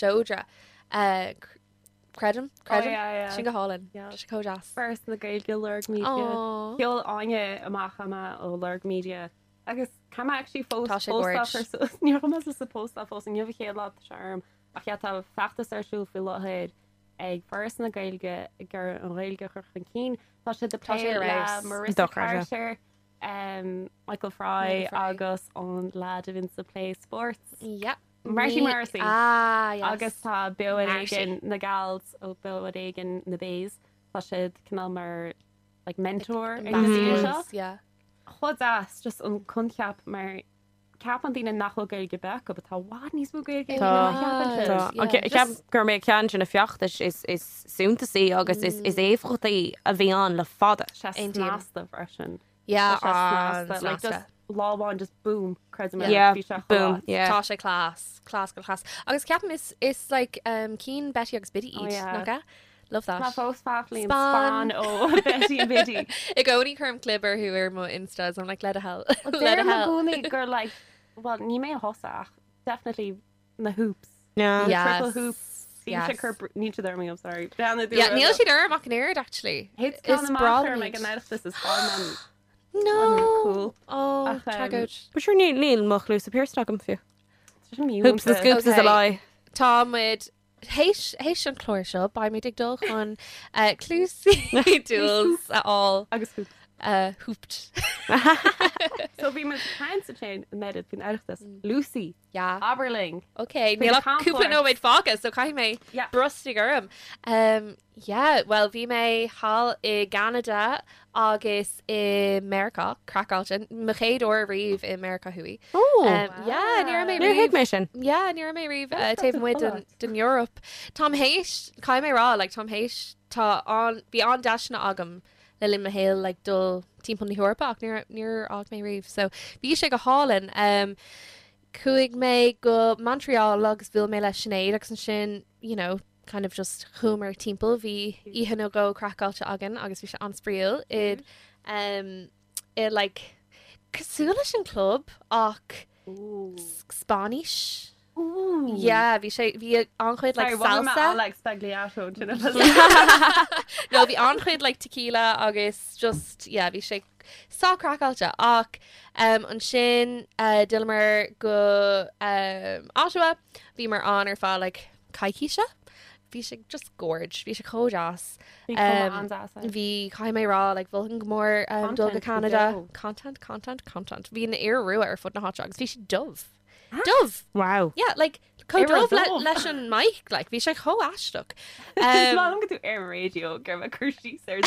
F: showdra. Uh, cr- Credum? Credum?
D: Oh, yeah, yeah.
F: Sin go hálinn.
D: Yeah.
F: Sin go jas.
D: First na gail go lurg
E: Oh.
D: media.
F: Aw.
D: Kill Anya amachama ó lurg media. Agus Tá actually fós
F: Tá sé gorge.
D: Nímas is supposed a fós an jobh ché lá charm a che tá fetas arsú fi lehéid ag first na gailge gur an réilge chu an cí Tá sé de
F: Tá sé
D: plé
F: rouse.
D: Marissa
E: Doc Rouse.
D: Carter. Um, Michael Fry,
F: Michael Fry.
D: agus an lad a vince play sports. uh,
F: Yep.
D: Marshy
F: Me-
D: Marcy.
F: Ah, yes.
D: agus tá be
F: Marcy.
D: aigen na gals oh, ó be aigen na bés tá siid canal mar like, mentor
F: Ambassadors, yeah.
D: chud as just an conceap mar cap an tína nachhol gail go be go tá wá níos mú gail
E: Tá,
F: Yeah,
E: Okay,
F: just-
E: ceap gur mé cean sin na fiochttas is is súntaí agus is is
F: Mm.
E: éfrotaí a bhí an le fada.
D: sé
F: Indeed.
D: násta version
F: Yeah,
D: Tá
F: on
D: sé snásta, like, just
F: Snapchat.
D: láháin just boom cre
E: Yeah, boom.
F: Tá
E: Yeah.
F: sé clás clás go chlás agus ceapim is is like um, cín betí agus bidí
D: Oh,
F: iad
D: yeah.
F: nóga love
D: Tá
F: that
D: fós faflí an
F: Spán.
D: spán ó betí bidí
F: I go ní chum clipper who ar mo instas I'm like le a hell le a hell
D: gonig gur like well ní mé hosaach definitely na hoops
E: No.
F: Yeah.
D: triple
F: Yes.
D: hoops
F: Yes.
D: ní to derming I'm sorry down the
F: yeah níl si ar amach an airad actually
D: hits
F: It's
D: broad
F: broadmeat.
D: like an edifice is fun
F: no
D: cool.
F: oh
D: Ach,
F: check
D: um,
F: out
E: But sure ní líon mo lús a pierce am fiú.
D: and
E: Hoops na scoops is a
F: Okay.
E: lie.
F: Tom would héis héis an chlóir seo ba mé dig dul chun uh, clúsí duels at all
D: agus hoops
F: uh, hoopt
D: so bhí me pants a chain medid fin edifice
F: Mm.
D: Lucy
F: yeah
D: Aberling
F: Okay,
D: Bhí
F: níl
D: na
F: cúpla
D: complex.
F: nó méid fágus, so cai mé
D: Yeah.
F: brustig orm. Um, yeah, well, bhí mé hall i Canada agus i America, Crackáiltin, mo chéad ó riomh i America hui.
E: Ó,
F: Um, yeah, níor mé
E: Ní hiid
F: riomh.
E: mé sin.
F: Yeah, níor mé riomh uh,
D: that's a
F: taobh muid
D: thought.
F: den Europe. Tom Hayes, cai mé rá, like Tom Hayes, tá an, bhí an dasna agam le lin mahéil, like dul timp ní Europa, ach níor níor ag mé riomh. So bhí sé go hálinn. Um, Cúig mé go Montreal agus bhil mé leis sinnéad agus an sin, you know, kind of just chumer timppel hí ihan go crackáilte agan agus bhí se anspríil id um, i like cosúla sin club ach s- Spanish. Yeah, bhí sé bhí anchuid uh, like salsa.
D: Alex Begliato to the
F: No, bhí anchuid like tequila agus just yeah, bhí sé sá crackáilte ach um, an sin uh, dimer go um, Ottawa bhí mar an ar fá like caiiciise. Bhí sé just gorge, bhí sé códeas. Um, Bhí cai mé rá le bhil mór um, dul go
D: eh? Content,
F: Canada
D: go.
F: content content content hí na ar ruú ar fut na hotdogs hí si dubh dubh
E: Wow.
F: yeah like
D: Ah. Ar a
F: codulh le
D: dubh.
F: leis an maic like bhí sé cho asisteach Um,
D: Well, I'm going to air radio give a cruishy sir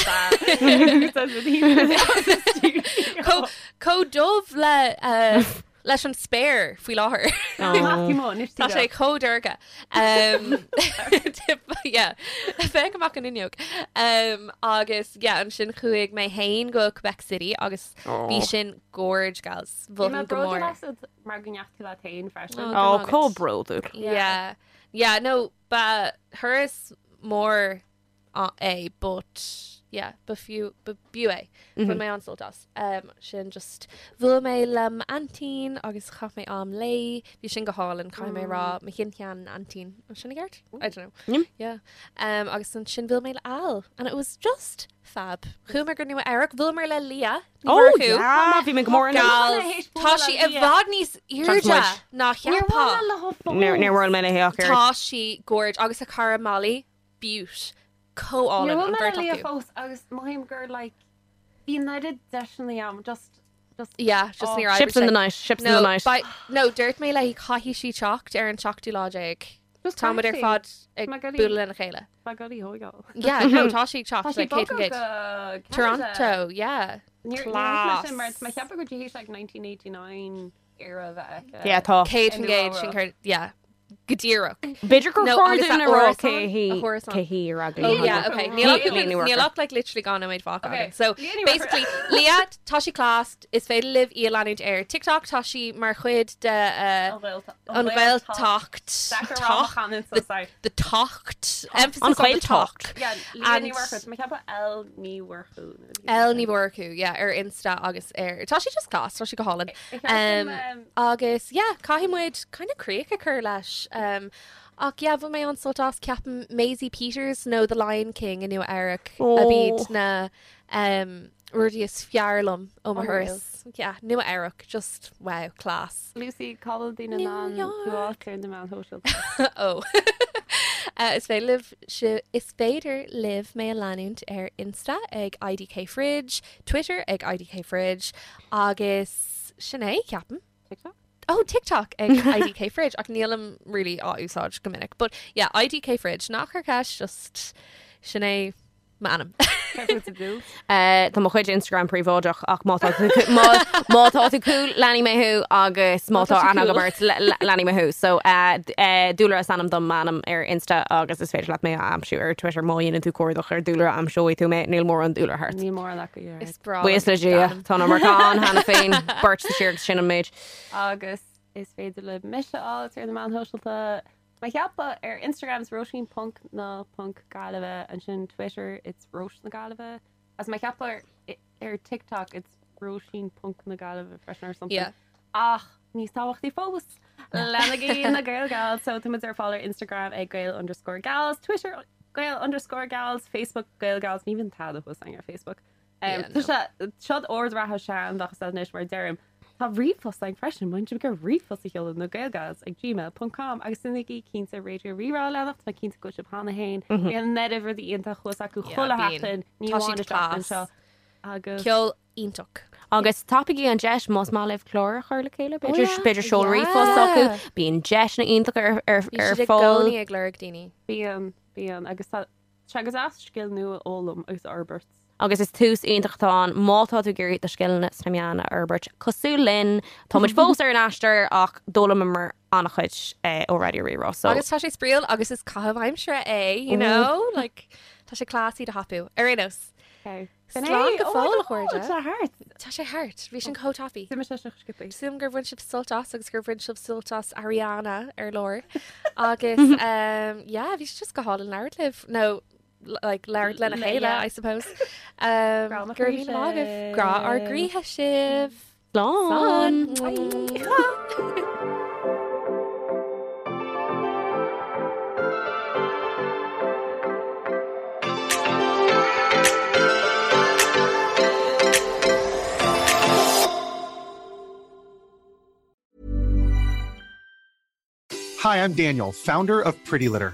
D: that
F: codulh le uh, leis an spéir fao láthair
E: Oh,
F: Tá sé códurga Um, fé goach an inneog Um, agus yeah, an sin chuig mé hain go Quebec City agus bhí sin gorge gals bhil go mór.
D: mar gonneach tú a tain fresh
E: Ó,
F: Oh, Go
E: có
F: nuggets.
E: broú.
F: yeah yeah no but her is more uh, a but yeah but few but bu a when my aunt sold us um sin just vu me lem antin agus cha me am lei vi sin go hall an cai me ra me hin an antin am sinna gert I don't know
E: Mm.
F: yeah um agus an sin vil me al and it was just fab chu me gur nu Eric vil me le lia Ní
E: Ó,
F: bhar who.
E: Oh, yeah, bhí me go mór in.
F: Gals,
D: héis bhfuil
F: tá
D: le
F: si i
D: lia.
F: bhádníos irja
E: muid.
F: nach cheapá
E: Ní bhfuil me na heachar.
F: tá si gorge agus a cara Mali bút cóá an
D: lí
F: bhar
D: fós agus maim gur le bhí neidir deisina am just just
F: Yeah, just
D: Oh.
F: ní
E: Ships in the night, ships in the night.
F: ba- no dúirt mé le ag caihí si techt ar an teachú láideag
D: Just
F: Tá idir
D: caithfí.
F: fad
D: Ma
F: ag
D: gailí-
F: bula na chéile.
D: ba goí hoá.
F: Yeah, no, tá si ag techt le Kate Gate.
D: Toronto
F: Toronto, yeah. Class.
D: me cheappa go dhééis like 1989 era bheith
E: Yeah, tá.
D: In
F: Kate and
D: the
F: Gate
D: railroad.
F: sin chuir yeah. Gadíach.
E: Bidr go
F: No, agus
E: fáú
F: a
E: na rá
F: horizon, a
E: céhí
F: horizon.
E: céhí ragla.
F: Oh yeah,
D: okay.
F: okay.
D: Leanne
F: Neil up,
E: Worker. Leanne
F: Neil
E: Worker.
F: up like literally gone and made fuck okay.
D: Okay.
F: So
D: Leanne Worker.
F: basically, Leah Tashi classed is fed live Ilanid air TikTok Tashi Marquid de uh, unveil talked talk the, the talked emphasis on
E: Unveil
F: the talk. And-
D: me cheappa el ní warú
F: El Niborku, yeah, or Insta August air Tashi just classed Tashi Holland. Um, agus yeah, caiimid kind of create a cur leis um ach yeah, bfu mé an sotás ceapan Maisie Peters nó the Lion King a nu Eric oh. a bíd na um rudius fiarlam ó mar hurris yeah, nu Eric just wow class
D: Lucy Caldina
F: New
D: ná
F: York.
D: ar na man hoisiil
F: oh uh, is fé live si, is féidir live mé a leút ar insta ag IDK fridge Twitter ag IDK fridge agus sinné ceapan Oh, TikTok ag IDK fridge ach nílam really áúsáid gomininic, but yeah, IDK fridge nach chu cash just sinné manam.
E: Uh, Tá mo chuid Instagram príomhóideach ach mátá tú cú- má- mátá tú cú lení méthú agus mátá
D: tú
E: anna
D: cool.
E: gobert lení méthú, so uh, d- uh, dúlar sanam dom manam ar insta agus is féidir le mé amsú ar Twitter móíon tú cuadach ar dúlar am seoí tú mé níl mór an dúlarthart.
D: ní mór le go
F: Is bra
E: Buas le dia tá marán hena féin burt siir sinna méid.
D: agus is féidir le mis álas ar na man hoisiilta. Ma cheappa ar Instagrams Rosin punk na punk galibh an sin Twitter it's Roche na galibh as ma cheappa ar- i- ar TikTok it's Rosin punk na galibh freshenar something.
F: Yeah.
D: Ach níos táhachttaí fós. Lenagé na gail gal so tuid ar fáil ar Instagram ag gail underscore gals Twitter gail underscore gals Facebook gail gals níhann tá was an ar Facebook.
F: Yeah,
D: Um,
F: no.
D: yeah, no. Siod ord ratha sean bach sa nes mar derim. Tá rifos ein freisin muint gur rifos hiil na gailgas ag gmail.com agus synigi cínta radio rirá lecht na cínta go sib hána hain an neidir dí inta chus acu
F: Yeah,
D: chola
F: bíonn.
D: hatain
F: Tá siad class.
D: ní agus
F: Ceol intoch.
E: Agus tapigi an jeis más má leh chlór chuir le chéile beidir
F: Oh, yeah.
E: beidir seóí fá
F: Yeah.
E: acu bíon jeis na intaach ar ar ar fáil.
F: fóí ag leir daoine.
D: bíon bíon agus tá- tegus as skill nu ólam gus Alberts.
E: agus is túús intachtáin mátá tú gurí a skillne na meanna Albert cosú lin Tá muid fós ar an eisteir ach dóla me mar annach chuid ó radio rirá so
F: Agus tá sé spríal agus is cahaim se é, you know, like tá sé cláí de hapú. Arénos.
D: Okay.
F: Slán go
D: Oh
F: fáil chuirde. Tá sé hart, bhí sin cotápi.
D: hart.
F: Sum gur bhain sib sultas agus gur bhain sib sultas Ariana ar lór. Agus, um, yeah, bhí just go hall an narrative. No, l- like Leonard Lena
D: Le-
F: Hela,
D: yeah.
F: I suppose.
D: Gra
F: Um,
D: mac
F: gur
D: rith
F: bhí an agah.
D: sibh.
F: Gra ar gríthe sib.
E: Slán.
F: Bye.
G: Hi, I'm Daniel, founder of Pretty Litter.